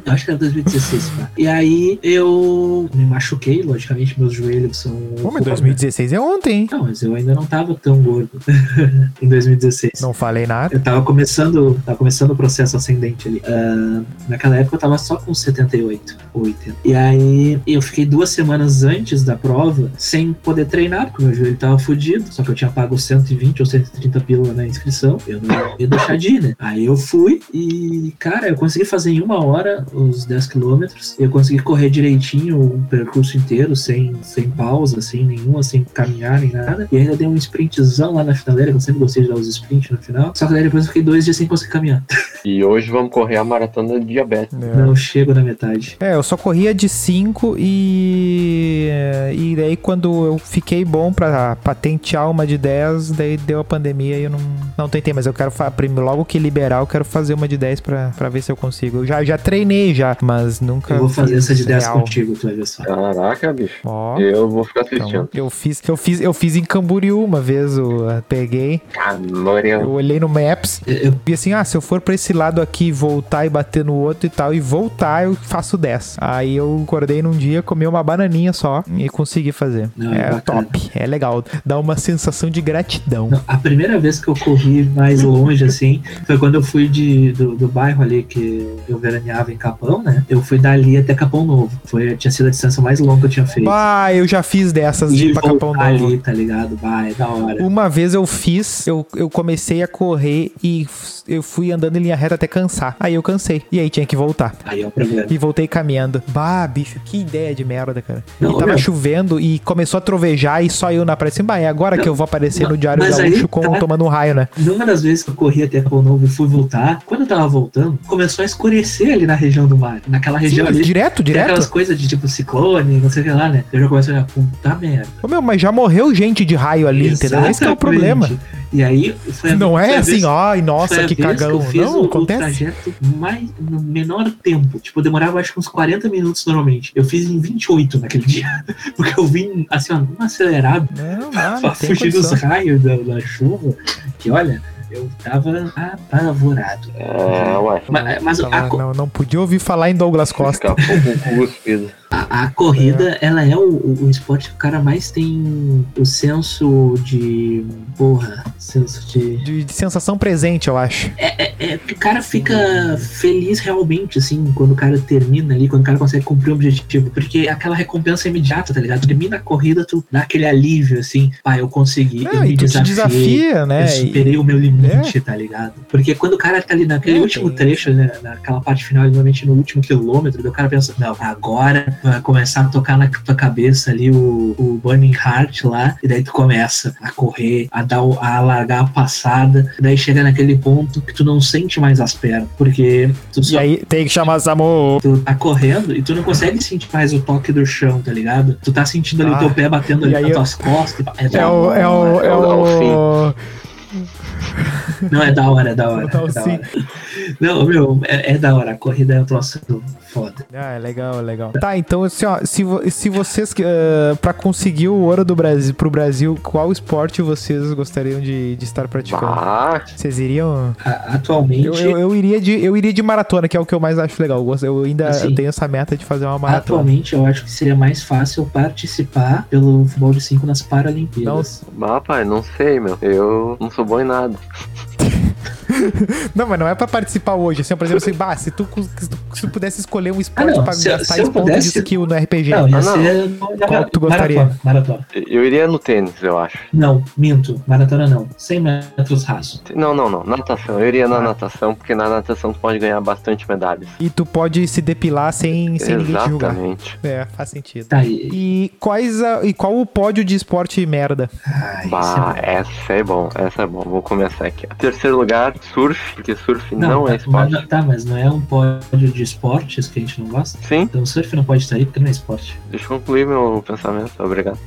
Speaker 4: Eu acho que era 2016, cara. E aí eu me machuquei, logicamente, meus joelhos são. um
Speaker 2: Pô,
Speaker 4: [laughs]
Speaker 2: mas 2016 é ontem, hein?
Speaker 4: Não, mas eu ainda não tava tão gordo [laughs] em 2016.
Speaker 2: Não falei nada.
Speaker 4: Eu tava começando, tava começando o processo ascendente ali. Ah, naquela época eu tava só com 78, 80. E aí eu fiquei duas semanas antes da prova sem poder treinar, porque meu joelho tava fudido. Só que eu tinha pago 120 ou 130 pila na inscrição. Eu não ia deixar de ir, né? Aí eu fui e, cara, eu consegui fazer em uma hora os 10 quilômetros. Eu consegui correr direitinho o percurso inteiro, sem, sem pausa, sem nenhuma, sem caminhar nem nada. E ainda dei um sprintzão lá na finaleira, que eu sempre gostei de dar os sprints no final. Só que daí depois eu fiquei dois dias sem conseguir caminhar.
Speaker 1: E hoje vamos correr a maratona de diabetes.
Speaker 4: Não chego na metade.
Speaker 2: É, eu só corria de 5 e. E daí quando eu fiquei bom pra patentear uma de 10, daí deu a pandemia e eu não, não tentei, mas eu quero fa- prim- logo que liberar, eu quero fazer uma de 10 pra, pra ver se eu consigo. Eu já, já treinei já, mas nunca.
Speaker 4: Eu vou fazer
Speaker 2: fiz
Speaker 4: essa de 10
Speaker 2: real.
Speaker 4: contigo, tu vai ver só.
Speaker 1: Caraca, bicho.
Speaker 2: Ó.
Speaker 1: Eu vou ficar
Speaker 2: Então,
Speaker 1: assistindo.
Speaker 2: eu fiz, eu fiz, eu fiz em Camboriú uma vez, eu peguei,
Speaker 1: Tá Caloria.
Speaker 2: eu olhei no Maps,
Speaker 4: Eu- eu
Speaker 2: E assim, ah, se eu for pra esse lado aqui, voltar e bater no outro e tal, e voltar, eu faço 10. Aí eu acordei num dia, comi uma bananinha só e consegui fazer.
Speaker 4: Não,
Speaker 2: é
Speaker 4: bacana.
Speaker 2: top, é legal. Dá uma sensação de gratidão.
Speaker 4: Não, a primeira vez que eu corri mais longe, assim, foi quando eu fui de, do, do bairro ali que eu veraneava em Capão, né? Eu fui dali até Capão Novo. Foi, tinha sido a distância mais longa que eu tinha feito.
Speaker 2: Bah, eu já fiz dessas de ir
Speaker 4: é de
Speaker 2: pra Capão
Speaker 4: voltar
Speaker 2: Novo.
Speaker 4: ali, tá ligado? Bah, é da hora.
Speaker 2: Uma vez eu fiz, eu, eu comecei a correr e f- eu fui andando em linha reta até cansar. Aí eu cansei. E aí tinha que voltar.
Speaker 4: Aí é o problema.
Speaker 2: E voltei caminhando. Bah, bicho, que ideia de merda, cara.
Speaker 4: Não, é.
Speaker 2: e tava
Speaker 4: meu.
Speaker 2: chovendo e começou a trovejar e só eu na praia. Assim, bah, é agora que eu vou aparecer
Speaker 4: Não,
Speaker 2: no Diário
Speaker 4: mas aí
Speaker 2: Gaúcho com,
Speaker 4: tá.
Speaker 2: tomando um raio, né?
Speaker 4: Numa das vezes que eu corri até Capão Novo e fui voltar, quando eu tava voltando, começou a escurecer ali na região do mar. Naquela
Speaker 2: Sim,
Speaker 4: região
Speaker 2: mas
Speaker 4: ali. É,
Speaker 2: direto,
Speaker 4: Tem
Speaker 2: direto.
Speaker 4: aquelas coisas de tipo ciclone, não sei o que lá, né? Eu já começo a olhar, puta merda.
Speaker 2: Ô, meu, mas já morreu gente de raio ali, entendeu? Esse que é o problema.
Speaker 4: Exatamente. E aí foi a-
Speaker 2: Não
Speaker 4: foi
Speaker 2: é
Speaker 4: a
Speaker 2: assim,
Speaker 4: vez-
Speaker 2: ó, ai,
Speaker 4: Foi
Speaker 2: nossa,
Speaker 4: a
Speaker 2: que
Speaker 4: vez
Speaker 2: cagão.
Speaker 4: eu fiz
Speaker 2: Não,
Speaker 4: o, O
Speaker 2: acontece.
Speaker 4: trajeto mais, no menor tempo. Tipo, eu demorava acho que uns 40 minutos normalmente. Eu fiz em 28 naquele [laughs] dia. Porque eu vim, assim, ó, numa acelerada, [laughs]
Speaker 2: Não, Ah, não,
Speaker 4: pra
Speaker 2: não tem
Speaker 4: fugir dos
Speaker 2: condição.
Speaker 4: raios da, da chuva. Que olha, eu tava apavorado.
Speaker 1: É, ué.
Speaker 4: Mas, mas a,
Speaker 2: Tava-
Speaker 4: co-
Speaker 2: Não, não podia ouvir falar em Douglas Costa.
Speaker 1: Escapou com o [laughs] cuspido.
Speaker 4: a- a corrida, ela é o, o- o esporte que o cara mais tem o senso de. Porra, senso de.
Speaker 2: De, de sensação presente, eu acho.
Speaker 4: É porque o cara fica feliz realmente, assim, quando o cara termina ali, quando o cara consegue cumprir o objetivo. Porque é aquela recompensa imediata, tá ligado? Termina a corrida, tu dá aquele alívio, assim, pá, eu consegui, eu
Speaker 2: Não,
Speaker 4: me
Speaker 2: e tu te
Speaker 5: É,
Speaker 4: desafiei.
Speaker 2: desafia, né?
Speaker 4: Eu
Speaker 2: E-
Speaker 4: superei o meu limite, tá ligado? Porque quando o cara tá ali naquele
Speaker 2: É,
Speaker 4: último
Speaker 2: tem
Speaker 4: trecho, né, naquela parte final, normalmente no último quilômetro, daí o cara pensa, não, agora vai começar a tocar na tua cabeça ali o, o Burning Heart lá, e daí tu começa a correr, a dar o- a largar a passada, e daí chega naquele ponto que tu não sente mais as pernas, porque tu
Speaker 5: E
Speaker 4: só
Speaker 5: aí tem que chamar Samu.
Speaker 4: Tu tá correndo e tu não consegue sentir mais o toque do chão, tá ligado? Tu tá sentindo ali
Speaker 2: Ah,
Speaker 4: teu pé batendo ali
Speaker 5: e aí
Speaker 4: nas
Speaker 5: eu-
Speaker 4: tuas costas.
Speaker 5: É
Speaker 4: da
Speaker 5: o.
Speaker 4: hora,
Speaker 5: É o. É o.
Speaker 4: Não, é da hora, é da hora.
Speaker 2: Botar o
Speaker 4: é da hora. Não, meu, é, é da hora. A corrida é um troço foda.
Speaker 5: Ah, é legal, é legal.
Speaker 2: Tá, então assim, ó, se, vo- se vocês eh, pra conseguir o ouro do Brasil pro Brasil, qual esporte vocês gostariam de, de estar
Speaker 1: Tipo-
Speaker 2: praticando?
Speaker 1: Bah,
Speaker 2: Vocês iriam?
Speaker 4: A- atualmente,
Speaker 2: Eu, eu, eu iria de eu iria de maratona, que é o que eu mais acho legal. Eu gosto- Eu ainda
Speaker 4: Assim.
Speaker 2: tenho essa meta de fazer uma maratona.
Speaker 4: atualmente eu acho que seria mais fácil participar pelo futebol de 5 nas Paralimpíadas.
Speaker 1: bah, pai, não sei, meu. Eu não sou bom em nada.
Speaker 2: Não, mas não é pra participar hoje. Assim, por exemplo, assim, bah, se tu, se tu- se tu pudesse escolher um esporte
Speaker 4: Ah, não,
Speaker 2: pra
Speaker 4: se-
Speaker 2: gastar
Speaker 4: se eu
Speaker 2: esse ponto
Speaker 4: pudesse-
Speaker 2: disso aqui no RPG.
Speaker 4: Não, ia
Speaker 1: Ah, não.
Speaker 4: ser
Speaker 2: Qual que tu gostaria?
Speaker 4: maratona, maratona.
Speaker 1: Eu iria no tênis, eu acho.
Speaker 4: Não, minto, maratona não. 100 metros raso.
Speaker 1: Não, não, não. Natação. Eu iria na natação, porque na natação tu pode ganhar bastante medalhas.
Speaker 2: E tu pode se depilar sem, sem ninguém te julgar.
Speaker 1: Exatamente.
Speaker 2: É, faz sentido.
Speaker 4: Tá aí.
Speaker 2: E, quais a- e qual o pódio de esporte merda?
Speaker 4: Ai, isso é
Speaker 1: Bah, essa é bom, essa é bom. Vou começar aqui. ó. Terceiro lugar, surf, porque surf não, é
Speaker 4: tá, mas,
Speaker 1: esporte.
Speaker 4: não- tá, mas não é um pódio de esportes que a gente não gosta?
Speaker 1: Sim,
Speaker 4: Então o surf não pode estar aí porque não é esporte.
Speaker 1: deixa eu concluir meu pensamento, obrigado.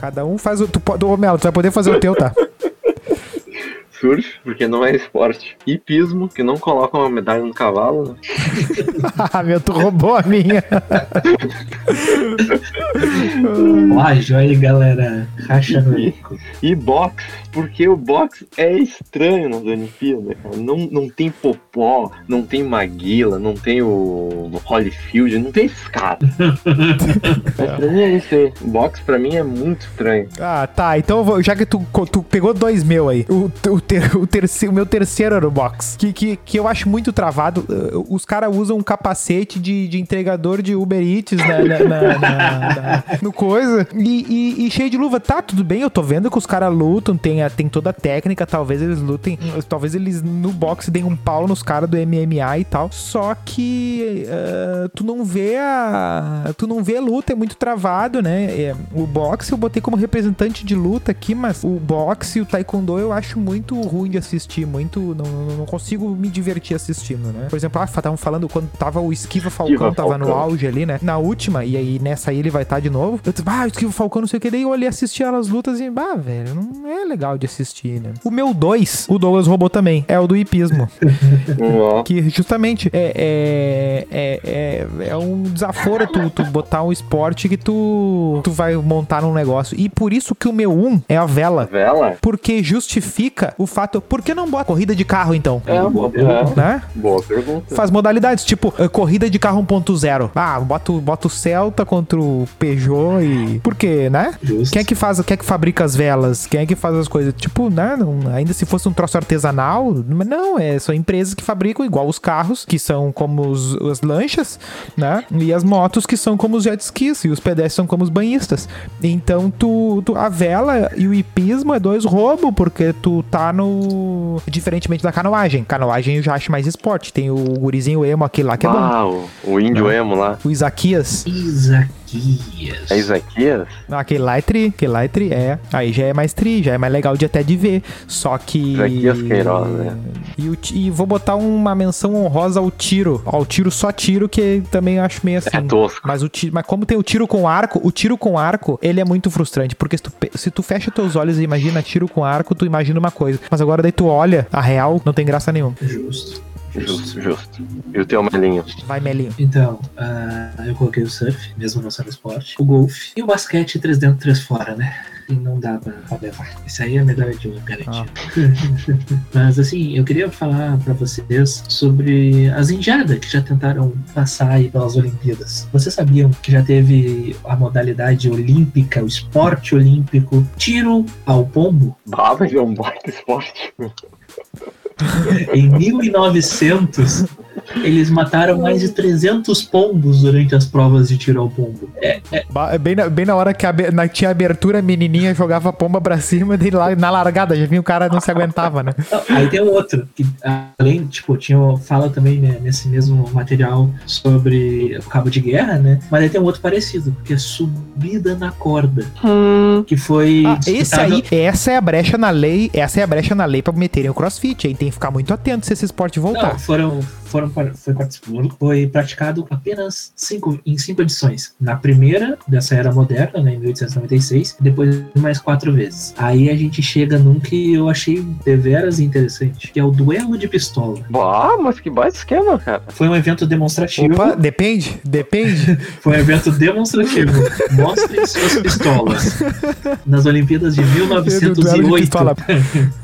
Speaker 2: Cada um faz o. Tu, po- ô, Melo, tu vai poder fazer o teu, tá?
Speaker 1: Surf, porque não é esporte. Hipismo, que não coloca uma medalha no cavalo. né?
Speaker 2: [laughs] Ah, meu, tu roubou a minha. Hum.
Speaker 4: Lá, joia, galera. Racha
Speaker 2: [laughs]
Speaker 4: no bico.
Speaker 1: E boxe, porque o boxe é estranho nas Olimpíadas, cara. Não, não tem Popó, não tem Maguila, não tem o Holyfield, não tem esses
Speaker 2: [laughs]
Speaker 1: caras. Mas pra mim é isso aí. Boxe pra mim é muito
Speaker 2: [laughs]
Speaker 1: estranho.
Speaker 2: Ah, tá. Então, eu vou- já que tu, co- tu pegou dois meu aí, o, te- o, ter- o terceiro, o meu terceiro era o box, que, que, que eu acho muito travado. Uh, Os caras usam um capacete de, de entregador de Uber Eats na, na- na- na- na- no coisa e, e- e cheio de luva. Tá, tudo bem, eu tô vendo que os caras lutam, tem, a- tem toda a técnica, talvez eles lutem, talvez eles no boxe deem um pau nos caras do MMA e tal. Só que uh, tu não vê a. Tu não vê a luta, é muito travado, né? É, o boxe eu botei como representante de luta aqui, mas o boxe e o taekwondo eu acho muito ruim de assistir, muito. Não, não- não consigo me divertir assistindo, né? Por exemplo, ah, estavam falando quando tava o Esquiva Falcão,
Speaker 1: Esquiva
Speaker 2: tava no
Speaker 1: Falcão.
Speaker 2: auge ali, né? Na última, e aí nessa aí ele vai estar de novo. Eu disse, ah, o Esquiva Falcão, não sei o que. Daí eu olhei assistir as lutas e, bah, velho, não é legal de assistir, né? O meu dois, o Douglas roubou também, é o do hipismo.
Speaker 1: Ó,
Speaker 2: Que justamente é, é, é, é, é um desaforo tu, tu botar um esporte que tu, tu vai montar num negócio. E por isso que o meu um é a
Speaker 1: a
Speaker 2: vela.
Speaker 1: vela
Speaker 2: Porque justifica o fato. Por que não bota corrida de carro então?
Speaker 1: é uma boa, é,
Speaker 2: Né?
Speaker 1: boa pergunta.
Speaker 2: Faz modalidades, tipo eh, corrida de carro 1.0. Ah, bota, o- bota o Celta contra o Peugeot e. Por quê, né?
Speaker 4: Justo.
Speaker 2: Quem é que faz, quem é que fabrica as velas? Quem é que faz as coisas? Tipo, né? não- ainda se fosse um troço artesanal, mas não, é, são empresas que fabricam igual os carros, que são como os, as lanchas, né? E as motos que são como os jet skis, e os pedestres são como os banhistas. Então, tu, tu- a vela e o hipismo é dois roubos, porque tu tá no... Diferentemente da canoagem. Canoagem eu já acho mais esporte. Tem o gurizinho emo, aquele lá que é bom.
Speaker 1: Ah, o, o índio emo lá.
Speaker 2: O Isaquias,
Speaker 4: Isaquias.
Speaker 1: É Isaquias?
Speaker 2: Não, aquele lá é tri, aquele lá é tri, é. Aí já é mais tri, já é mais legal de até de ver. Só que.
Speaker 1: Isaquias Queiroz, né?
Speaker 2: E, o ti- e vou botar uma menção honrosa ao tiro. Ao tiro só tiro, que também acho meio assim.
Speaker 1: É tosco.
Speaker 2: Mas, o ti- mas como tem o tiro com arco, o tiro com arco, ele é muito frustrante. Porque se tu, pe- se tu fecha teus olhos e imagina tiro com arco, tu imagina uma coisa. Mas agora daí tu olha, a real, não tem graça nenhuma.
Speaker 4: Justo.
Speaker 1: Justo, justo. E o teu melinho?
Speaker 2: Vai, Melinho.
Speaker 4: Então, ah, eu coloquei o surf, mesmo não sendo esporte, o golfe e o basquete, três dentro, três fora, né? E não dá pra, pra levar. Isso aí é medalha de ouro garantida. [laughs] Mas assim, eu queria falar pra vocês sobre as indiadas que já tentaram passar aí pelas Olimpíadas. Vocês sabiam que já teve a modalidade olímpica, o esporte olímpico, tiro ao pombo?
Speaker 1: Bah, mas é um baita esporte.
Speaker 4: Em 1900, Eles mataram mais de 300 pombos durante as provas de tiro ao pombo. É,
Speaker 2: Ba- Bem na, bem na hora que abe- na- tinha abertura, a menininha jogava a pomba pra cima, daí lá, na largada já vinha o cara não se aguentava, né?
Speaker 4: Não, aí tem outro, que além, tipo, tinha, fala também né, nesse mesmo material sobre o cabo de guerra, né? Mas aí tem um outro parecido, que é subida na corda. Que foi.
Speaker 2: Ah, esse
Speaker 4: disputado-
Speaker 2: aí, essa é a brecha na lei, essa é a brecha na lei pra meterem o crossfit, hein? Tem que ficar muito atento se esse esporte voltar.
Speaker 4: Não, Então tá, foram, foram, par- foi, participado- foi praticado apenas cinco, em cinco edições. Na primeira, dessa era moderna, né, em 1896, depois mais quatro vezes. Aí a gente chega num que eu achei deveras interessante, que é o duelo de pistola.
Speaker 1: Ah, mas que baita esquema, cara.
Speaker 4: Foi um evento demonstrativo.
Speaker 2: Opa, Ah, depende,
Speaker 4: [laughs]
Speaker 2: depende.
Speaker 4: Foi um
Speaker 2: [laughs]
Speaker 4: evento demonstrativo. Mostrem suas pistolas. Nas Olimpíadas de
Speaker 2: Do duelo de
Speaker 4: 1908.
Speaker 2: pistola.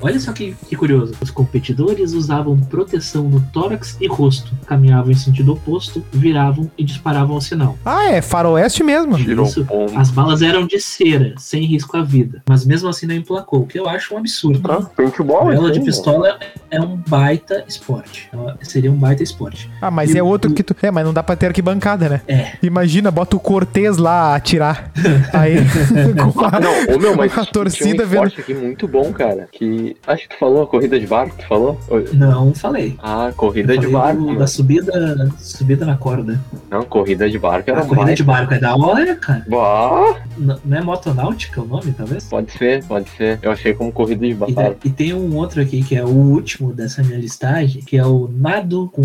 Speaker 4: Olha só que, que curioso. Os competidores usavam proteção no tórax e rosto, caminhavam em sentido oposto, viravam e disparavam ao sinal.
Speaker 2: Ah, é faroeste mesmo.
Speaker 1: Tirou
Speaker 4: Isso.
Speaker 1: um pombo.
Speaker 4: As balas eram de cera, sem risco à vida, mas mesmo assim não emplacou, o que eu acho um absurdo.
Speaker 1: Ah,
Speaker 4: O
Speaker 1: paintball,
Speaker 4: duelo
Speaker 1: isso
Speaker 4: de
Speaker 1: aí,
Speaker 4: pistola é um baita esporte. Seria um baita esporte.
Speaker 2: Ah, mas é outro que tu. É, mas não dá pra ter arquibancada, né?
Speaker 4: É.
Speaker 2: Imagina, bota o Cortez lá a atirar.
Speaker 4: [laughs]
Speaker 2: Aí. [laughs] com
Speaker 1: mano.
Speaker 2: a-
Speaker 1: Ah, Não, ô meu, mas
Speaker 2: A torcida
Speaker 1: tinha um esporte aqui muito bom, cara. Que acho que tu falou a corrida de barco, tu falou?
Speaker 4: Não falei.
Speaker 1: Ah,
Speaker 4: Eu
Speaker 1: corrida de
Speaker 4: falei
Speaker 1: barco. né?
Speaker 4: do-
Speaker 1: mano.
Speaker 4: da subida, subida na corda.
Speaker 1: Não, corrida de barco era
Speaker 4: A corrida
Speaker 1: mais.
Speaker 4: de barco é da hora, cara.
Speaker 1: Bah,
Speaker 4: N- Não é motonáutica o nome, talvez?
Speaker 1: pode ser, pode ser. Eu achei como corrida de
Speaker 4: E,
Speaker 1: barco.
Speaker 4: te- e tem um outro aqui que é o último dessa minha listagem, que é o nado com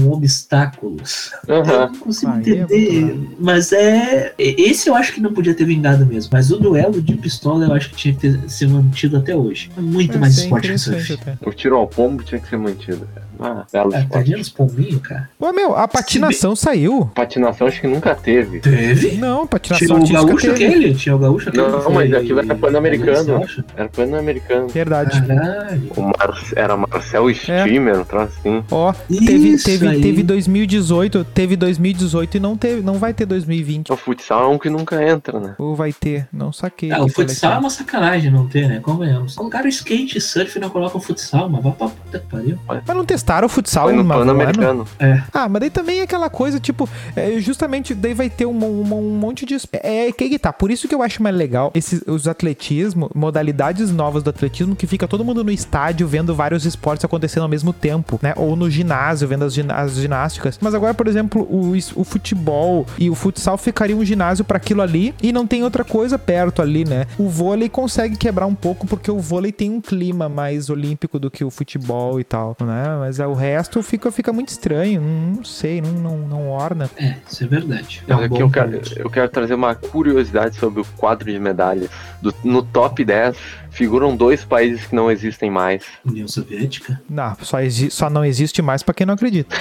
Speaker 4: obstáculos. Eu
Speaker 1: Aham.
Speaker 4: não consigo
Speaker 2: Aí é
Speaker 4: entender, mas é. e- Esse eu acho que não podia ter vingado mesmo. Mas o duelo de pistola eu acho que tinha que ter, ser mantido até hoje. É muito
Speaker 2: É,
Speaker 4: mais
Speaker 2: isso é
Speaker 4: esporte que
Speaker 2: interessante
Speaker 4: surf.
Speaker 2: até.
Speaker 1: O tiro ao pombo tinha que ser mantido, cara. Ah, belo
Speaker 4: Ah,
Speaker 1: esporte.
Speaker 4: tadinha dos pombinhos, cara.
Speaker 2: Ô, meu, a patinação saiu.
Speaker 1: Patinação acho que nunca teve.
Speaker 4: Teve?
Speaker 2: Não,
Speaker 4: Tinha
Speaker 2: patinação
Speaker 4: o
Speaker 2: artística
Speaker 4: gaúcho
Speaker 2: teve.
Speaker 4: aquele? Tinha o gaúcho aquele?
Speaker 1: Não,
Speaker 4: que
Speaker 1: mas
Speaker 4: foi-
Speaker 1: aquilo era pan-americano.
Speaker 4: eu acho.
Speaker 1: Era pan-americano.
Speaker 2: Verdade.
Speaker 4: Caralho.
Speaker 1: O Mar- Era Marcel
Speaker 2: É.
Speaker 1: Stimmer, um troço assim.
Speaker 2: Ó, teve,
Speaker 4: Ah, Isso
Speaker 2: teve,
Speaker 4: aí.
Speaker 2: teve 2018, teve 2018 e não teve, não vai ter 2020.
Speaker 1: O futsal é um que nunca entra, né?
Speaker 2: Ou vai ter, não saquei.
Speaker 4: Ah,
Speaker 2: aqui,
Speaker 4: o futsal é
Speaker 2: Alexandre.
Speaker 4: uma sacanagem não ter, né? Convenhamos. Colocaram skate e surf e não colocam futsal, mas vai pra puta que pariu.
Speaker 2: Mas não testaram o futsal
Speaker 1: Foi no
Speaker 2: uma- um ano?
Speaker 1: pan-americano.
Speaker 2: Ah, mas daí também é aquela coisa, tipo, é, justamente daí vai ter um, mon- um mon- um monte de. es- É, é que aí que tá. Por isso que eu acho mais legal esses, os atletismo, modalidades novas do atletismo, que fica todo mundo no estádio vendo vários esportes acontecendo ao mesmo tempo, né? Ou no ginásio, vendo as, gina- as ginásticas. Mas agora, por exemplo, o, es- o futebol e o futsal ficaria um ginásio pra aquilo ali e não tem outra coisa perto ali, né? O vôlei consegue quebrar um pouco porque o vôlei tem um clima mais olímpico do que o futebol e tal, né? Mas é, o resto fica, fica muito estranho, não, não sei, não, não, não orna.
Speaker 4: É, isso é verdade. É
Speaker 1: Mas
Speaker 4: um
Speaker 1: aqui
Speaker 4: bom
Speaker 1: eu quero,
Speaker 4: ponto.
Speaker 1: eu quero trazer uma curiosidade sobre o quadro de medalhas. Do- no top 10 figuram dois países que não existem mais.
Speaker 4: União Soviética.
Speaker 2: Não, só, exi- só não existe mais pra quem não acredita.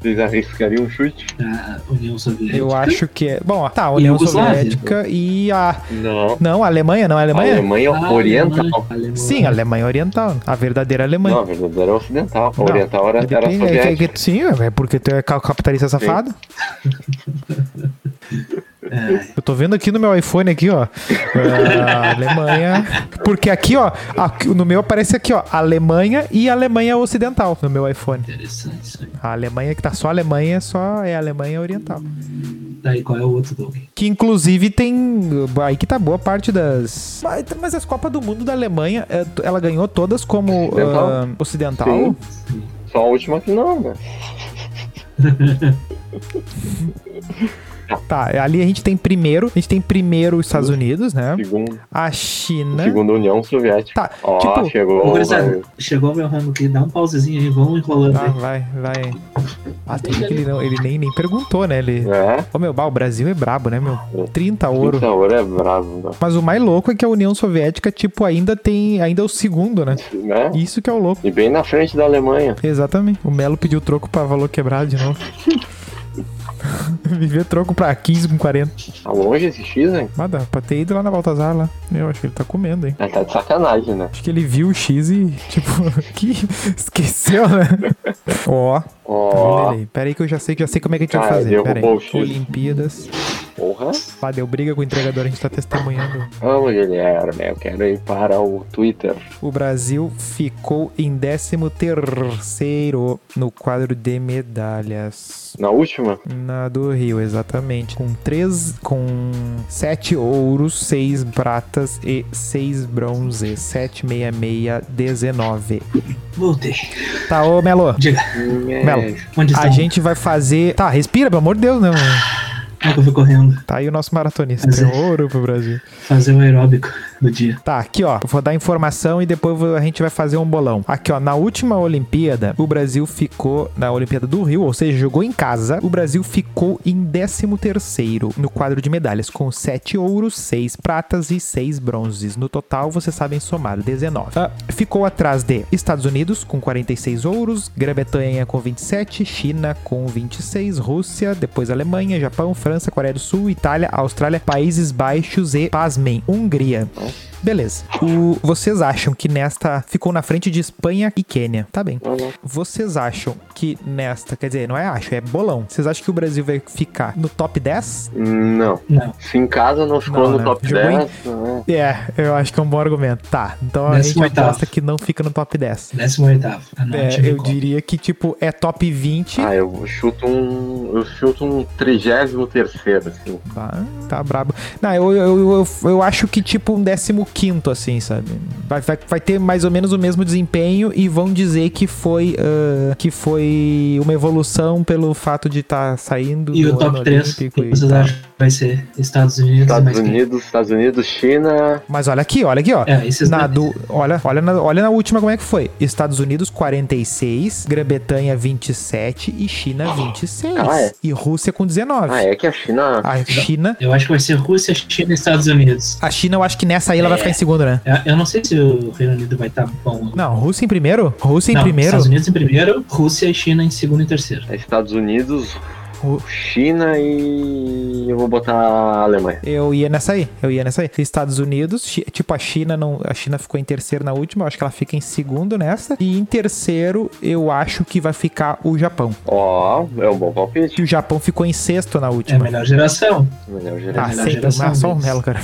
Speaker 1: Vocês arriscariam um chute?
Speaker 4: A Ah, União Soviética.
Speaker 2: Eu acho que é. Bom, ó, tá, a
Speaker 4: E
Speaker 2: União
Speaker 4: Iugoslávia?
Speaker 2: Soviética e a.
Speaker 1: Não.
Speaker 2: Não, a Alemanha, não é a
Speaker 1: A
Speaker 2: Alemanha?
Speaker 1: Alemanha
Speaker 4: Ah, é
Speaker 1: Oriental.
Speaker 4: Alemanha, Alemanha.
Speaker 2: Sim, a Alemanha é Oriental, a verdadeira Alemanha.
Speaker 1: Não, a verdadeira era ocidental. A
Speaker 2: Não,
Speaker 1: oriental era, era
Speaker 2: Depende, é, que-
Speaker 1: soviética.
Speaker 2: é que- sim, é porque tu é ca- capitalista safado.
Speaker 1: [laughs]
Speaker 4: É,
Speaker 2: Eu tô vendo aqui no meu iPhone aqui, ó. ah, Alemanha. Porque aqui, ó, aqui- no meu aparece aqui, ó, Alemanha e Alemanha Ocidental no meu iPhone.
Speaker 4: interessante isso aí.
Speaker 2: A Alemanha que tá só Alemanha, só é Alemanha Oriental.
Speaker 4: Daí qual é o outro, Doug?
Speaker 2: Que inclusive tem. Aí que tá boa parte das. Mas, mas as Copas do Mundo da Alemanha, é, t- ela ganhou todas como
Speaker 1: Ocidental.
Speaker 2: ah, ocidental.
Speaker 1: Sim. Só a última que não, né?
Speaker 2: Tá, ali a gente tem primeiro. A gente tem primeiro os Estados Unidos, né?
Speaker 1: Segundo,
Speaker 2: A China.
Speaker 1: segundo a União Soviética.
Speaker 2: É? Tá,
Speaker 1: Ó,
Speaker 2: tipo.
Speaker 1: chegou.
Speaker 4: Ô,
Speaker 1: o
Speaker 4: gurizada,
Speaker 1: Raul.
Speaker 4: chegou meu rango aqui, dá um pausezinho aí, vamos enrolando
Speaker 2: Ah,
Speaker 4: aí.
Speaker 2: vai, vai. Ah, tem que ele, não, ele nem, nem perguntou, né? Ele.
Speaker 1: É,
Speaker 2: Ô meu, bah, o Brasil é brabo, né, meu? 30 ouro.
Speaker 1: Quinta hora é bravo, né?
Speaker 2: Mas o mais louco é que a União Soviética, tipo, ainda tem. Ainda é o segundo, né?
Speaker 1: né?
Speaker 2: Isso que é o louco.
Speaker 1: E bem na frente da Alemanha.
Speaker 2: Exatamente. O Melo pediu troco pra valor quebrado de novo. [laughs] Viver troco pra 15 com 40.
Speaker 1: Tá longe esse X, hein?
Speaker 2: Mas dá pra ter ido lá na Baltazar lá. Eu acho que ele tá comendo, hein?
Speaker 1: Ah, Tá de sacanagem, né?
Speaker 2: [laughs] Acho que ele viu o X e, tipo, que esqueceu, né? Ó,
Speaker 1: Ó,
Speaker 2: Peraí, peraí que eu já sei, já sei como é que a gente vai
Speaker 1: Cara,
Speaker 2: fazer.
Speaker 1: derrubou
Speaker 2: Peraí.
Speaker 1: o X.
Speaker 2: Olimpíadas.
Speaker 1: porra.
Speaker 2: Pá, deu briga com o entregador, a gente tá testemunhando.
Speaker 1: Vamos, Guilherme, eu quero ir para o Twitter.
Speaker 2: O Brasil ficou em 13º no quadro de medalhas.
Speaker 1: Na última?
Speaker 2: Na do Rio, exatamente. Com três, com sete ouros, seis pratas e seis bronzes. 76619.
Speaker 4: Voltei.
Speaker 2: Tá, ô Melo, Melo.
Speaker 4: Onde
Speaker 2: a
Speaker 4: está?
Speaker 2: gente vai fazer... Tá, respira, pelo amor de Deus, não.
Speaker 4: Como é que eu fui correndo?
Speaker 2: Tá aí o nosso maratonista.
Speaker 4: Mas é.
Speaker 2: Ouro pro Brasil.
Speaker 4: Fazer o aeróbico do dia.
Speaker 2: Tá, aqui ó, vou dar informação e depois vou- a gente vai fazer um bolão. Aqui ó, na última Olimpíada, o Brasil ficou na Olimpíada do Rio, ou seja, jogou em casa. O Brasil ficou em 13º no quadro de medalhas, com 7 ouros, 6 pratas e 6 bronzes. No total, vocês sabem somar 19. Ah, ficou atrás de Estados Unidos com 46 ouros, Grã-Bretanha com 27, China com 26, Rússia, depois Alemanha, Japão, França, Coreia do Sul, Itália, Austrália, Países Baixos e, pasmem, Hungria. Beleza. O- vocês acham que nesta ficou na frente de Espanha e Quênia? Tá bem.
Speaker 1: Não, não.
Speaker 2: Vocês acham que nesta, quer dizer, não é acho, é bolão. Vocês acham que o Brasil vai ficar no top 10?
Speaker 1: Não.
Speaker 4: Não.
Speaker 1: Se em casa não ficou
Speaker 2: Não,
Speaker 1: no
Speaker 2: né?
Speaker 1: top
Speaker 2: Jogou em-
Speaker 1: 10, não é?
Speaker 2: É, eu acho que é um bom argumento. Tá, então a gente
Speaker 4: Décimo oitavo.
Speaker 2: aposta que não fica no top 10.
Speaker 4: 18.
Speaker 2: É, eu diria que, tipo, é top 20.
Speaker 1: Ah, eu chuto um. Eu chuto um 33 assim.
Speaker 2: Bah, tá brabo. Não, eu, eu, eu, eu- eu acho que, tipo, um 15, assim, sabe? Vai, vai, vai ter mais ou menos o mesmo desempenho e vão dizer que foi, ah, que foi uma evolução pelo fato de estar saindo
Speaker 4: E
Speaker 2: do
Speaker 4: o top
Speaker 2: ano
Speaker 4: 3,
Speaker 2: olímpico
Speaker 4: que
Speaker 2: e
Speaker 4: vocês
Speaker 2: tal.
Speaker 4: acham que vai ser? Estados Unidos e
Speaker 1: Estados
Speaker 4: mais quem?
Speaker 1: Unidos, Estados Unidos, China.
Speaker 2: Mas olha aqui, olha aqui, ó.
Speaker 4: É, esses
Speaker 2: Na
Speaker 4: dois.
Speaker 2: do, olha, olha, na, olha na última como é que foi. Estados Unidos 46, Grã-Bretanha 27 e China 26.
Speaker 1: Ah, é.
Speaker 2: E Rússia com 19.
Speaker 1: Ah, é que a China.
Speaker 2: A China.
Speaker 4: Eu acho que vai ser Rússia, China e Estados Unidos.
Speaker 2: A China, eu acho que nessa aí ela vai
Speaker 4: É.
Speaker 2: ficar em segundo, né?
Speaker 4: Eu- Eu não sei se o Reino Unido vai estar bom.
Speaker 2: Não, Rússia em primeiro? Rússia em
Speaker 4: Não,
Speaker 2: primeiro?
Speaker 4: Estados Unidos em primeiro, Rússia e China em segundo e terceiro.
Speaker 1: é Estados Unidos,
Speaker 2: Ru-
Speaker 1: China e. Eu vou botar a Alemanha.
Speaker 2: Eu ia nessa aí, eu ia nessa aí. Estados Unidos, Chi- tipo, a China não. A China ficou em terceiro na última, eu acho que ela fica em segundo nessa. E em terceiro, eu acho que vai ficar o Japão.
Speaker 1: Ó, é um bom palpite. é
Speaker 2: E o Japão ficou em sexto na
Speaker 4: É a
Speaker 2: última.
Speaker 4: melhor geração.
Speaker 1: Melhor
Speaker 2: ah,
Speaker 1: gerente.
Speaker 4: melhor
Speaker 2: sempre,
Speaker 4: geração
Speaker 2: mas só o
Speaker 4: deles.
Speaker 2: Melo, cara.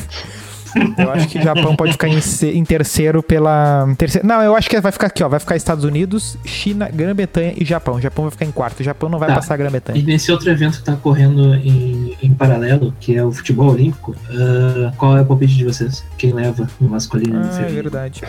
Speaker 2: Eu acho que o Japão pode ficar em, se- em terceiro pela. terceiro- não, eu acho que vai ficar aqui, ó. Vai ficar Estados Unidos, China, Grã-Bretanha e Japão. O Japão vai ficar em quarto. O Japão não vai
Speaker 4: Tá.
Speaker 2: passar a Grã-Bretanha.
Speaker 4: E nesse outro evento que tá correndo em, em paralelo, que é o futebol olímpico, ah, qual é o palpite de vocês? Quem leva no masculino e no
Speaker 2: Ah, é
Speaker 4: feminino?
Speaker 2: verdade.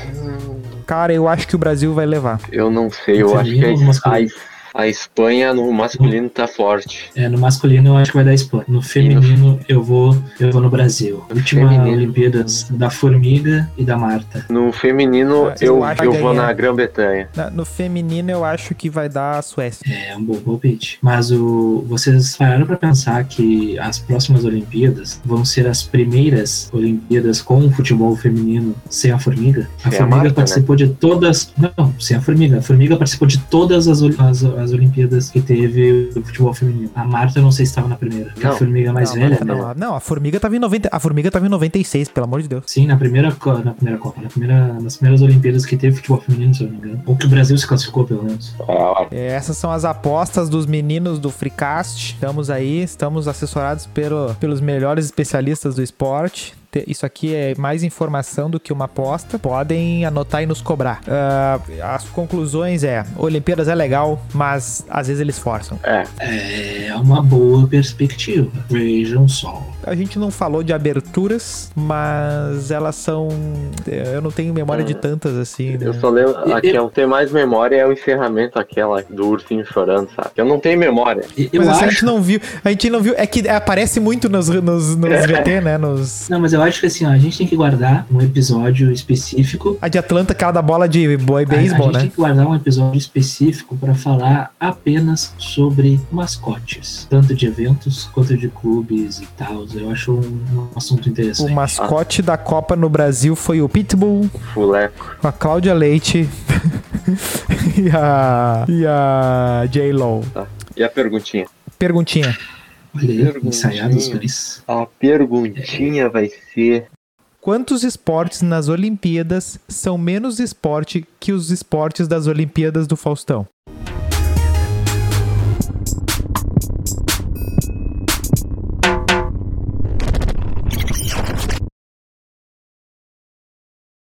Speaker 2: Cara, eu acho que o Brasil vai levar.
Speaker 1: Eu não sei, eu
Speaker 4: Feminino
Speaker 1: acho que é
Speaker 4: ou
Speaker 1: a,
Speaker 4: masculino?
Speaker 1: a, a Espanha no masculino tá forte.
Speaker 4: É, no masculino eu acho que vai dar Espanha. No feminino eu vou eu vou no Brasil. Última
Speaker 1: Feminino.
Speaker 4: Olimpíadas da Formiga e da Marta.
Speaker 1: No feminino,
Speaker 2: Ah, eu
Speaker 1: eu,
Speaker 2: acho
Speaker 1: eu
Speaker 2: que
Speaker 1: vou
Speaker 2: ganha.
Speaker 1: na Grã-Bretanha.
Speaker 2: Na- No feminino, eu acho que vai dar a Suécia.
Speaker 4: É um bom palpite. Mas o, vocês pararam pra pensar que as próximas Olimpíadas vão ser as primeiras Olimpíadas com o futebol feminino sem a Formiga? A
Speaker 1: Sem a
Speaker 4: Formiga
Speaker 1: Marta,
Speaker 4: participou de todas. Não, sem a Formiga. A Formiga participou de todas as, ol- as, as Olimpíadas que teve o futebol feminino. A Marta eu não sei se estava na primeira. porque a
Speaker 1: Não.
Speaker 4: Formiga é mais
Speaker 2: não,
Speaker 4: velha,
Speaker 2: não,
Speaker 4: né?
Speaker 2: não, a- não, a formiga tava em 90, a formiga tava em 96, pelo amor de Deus.
Speaker 4: Sim, na primeira, co- na primeira Copa, na primeira, nas primeiras Olimpíadas que teve futebol feminino, se eu não me engano. Ou que o Brasil se classificou, pelo menos.
Speaker 1: Ah,
Speaker 2: É, essas são as apostas dos meninos do Freecast. Estamos aí, estamos assessorados pelo- pelos melhores especialistas do esporte. Te- Isso aqui é mais informação do que uma aposta. Podem anotar e nos cobrar. Ah, as conclusões é: Olimpíadas é legal, mas às vezes eles forçam.
Speaker 1: é,
Speaker 4: É uma boa perspectiva. Vejam só.
Speaker 2: A gente não falou de aberturas, mas elas são. Eu não tenho memória
Speaker 4: Ah,
Speaker 2: de tantas assim. né?
Speaker 1: eu só lembro.
Speaker 4: E-
Speaker 1: A que eu tenho mais memória é o encerramento aquela do ursinho chorando, sabe? Eu não tenho memória.
Speaker 4: E- Eu
Speaker 2: mas assim, a
Speaker 4: acho.
Speaker 2: gente não viu. A gente não viu. É que aparece muito nos, nos, nos
Speaker 4: [laughs]
Speaker 2: VT, né? Nos.
Speaker 4: Não, mas eu acho que assim, ó, a gente tem que guardar um episódio específico.
Speaker 2: A de Atlanta, aquela da bola de boy
Speaker 4: A, a gente
Speaker 2: beisebol,
Speaker 4: tem
Speaker 2: né?
Speaker 4: que guardar um episódio específico para falar apenas sobre mascotes, tanto de eventos quanto de clubes e tal. Eu acho um, um assunto
Speaker 2: O
Speaker 4: interessante.
Speaker 2: mascote da Copa no Brasil foi o Pitbull,
Speaker 1: Fuleco.
Speaker 2: a Cláudia Leite [laughs] e a. E a J-Lo.
Speaker 1: E a perguntinha?
Speaker 2: Perguntinha.
Speaker 4: Olha aí,
Speaker 1: Perguntinha.
Speaker 4: ensaiados por isso.
Speaker 1: A perguntinha vai ser.
Speaker 2: Quantos esportes nas Olimpíadas são menos esporte que os esportes das Olimpíadas do Faustão?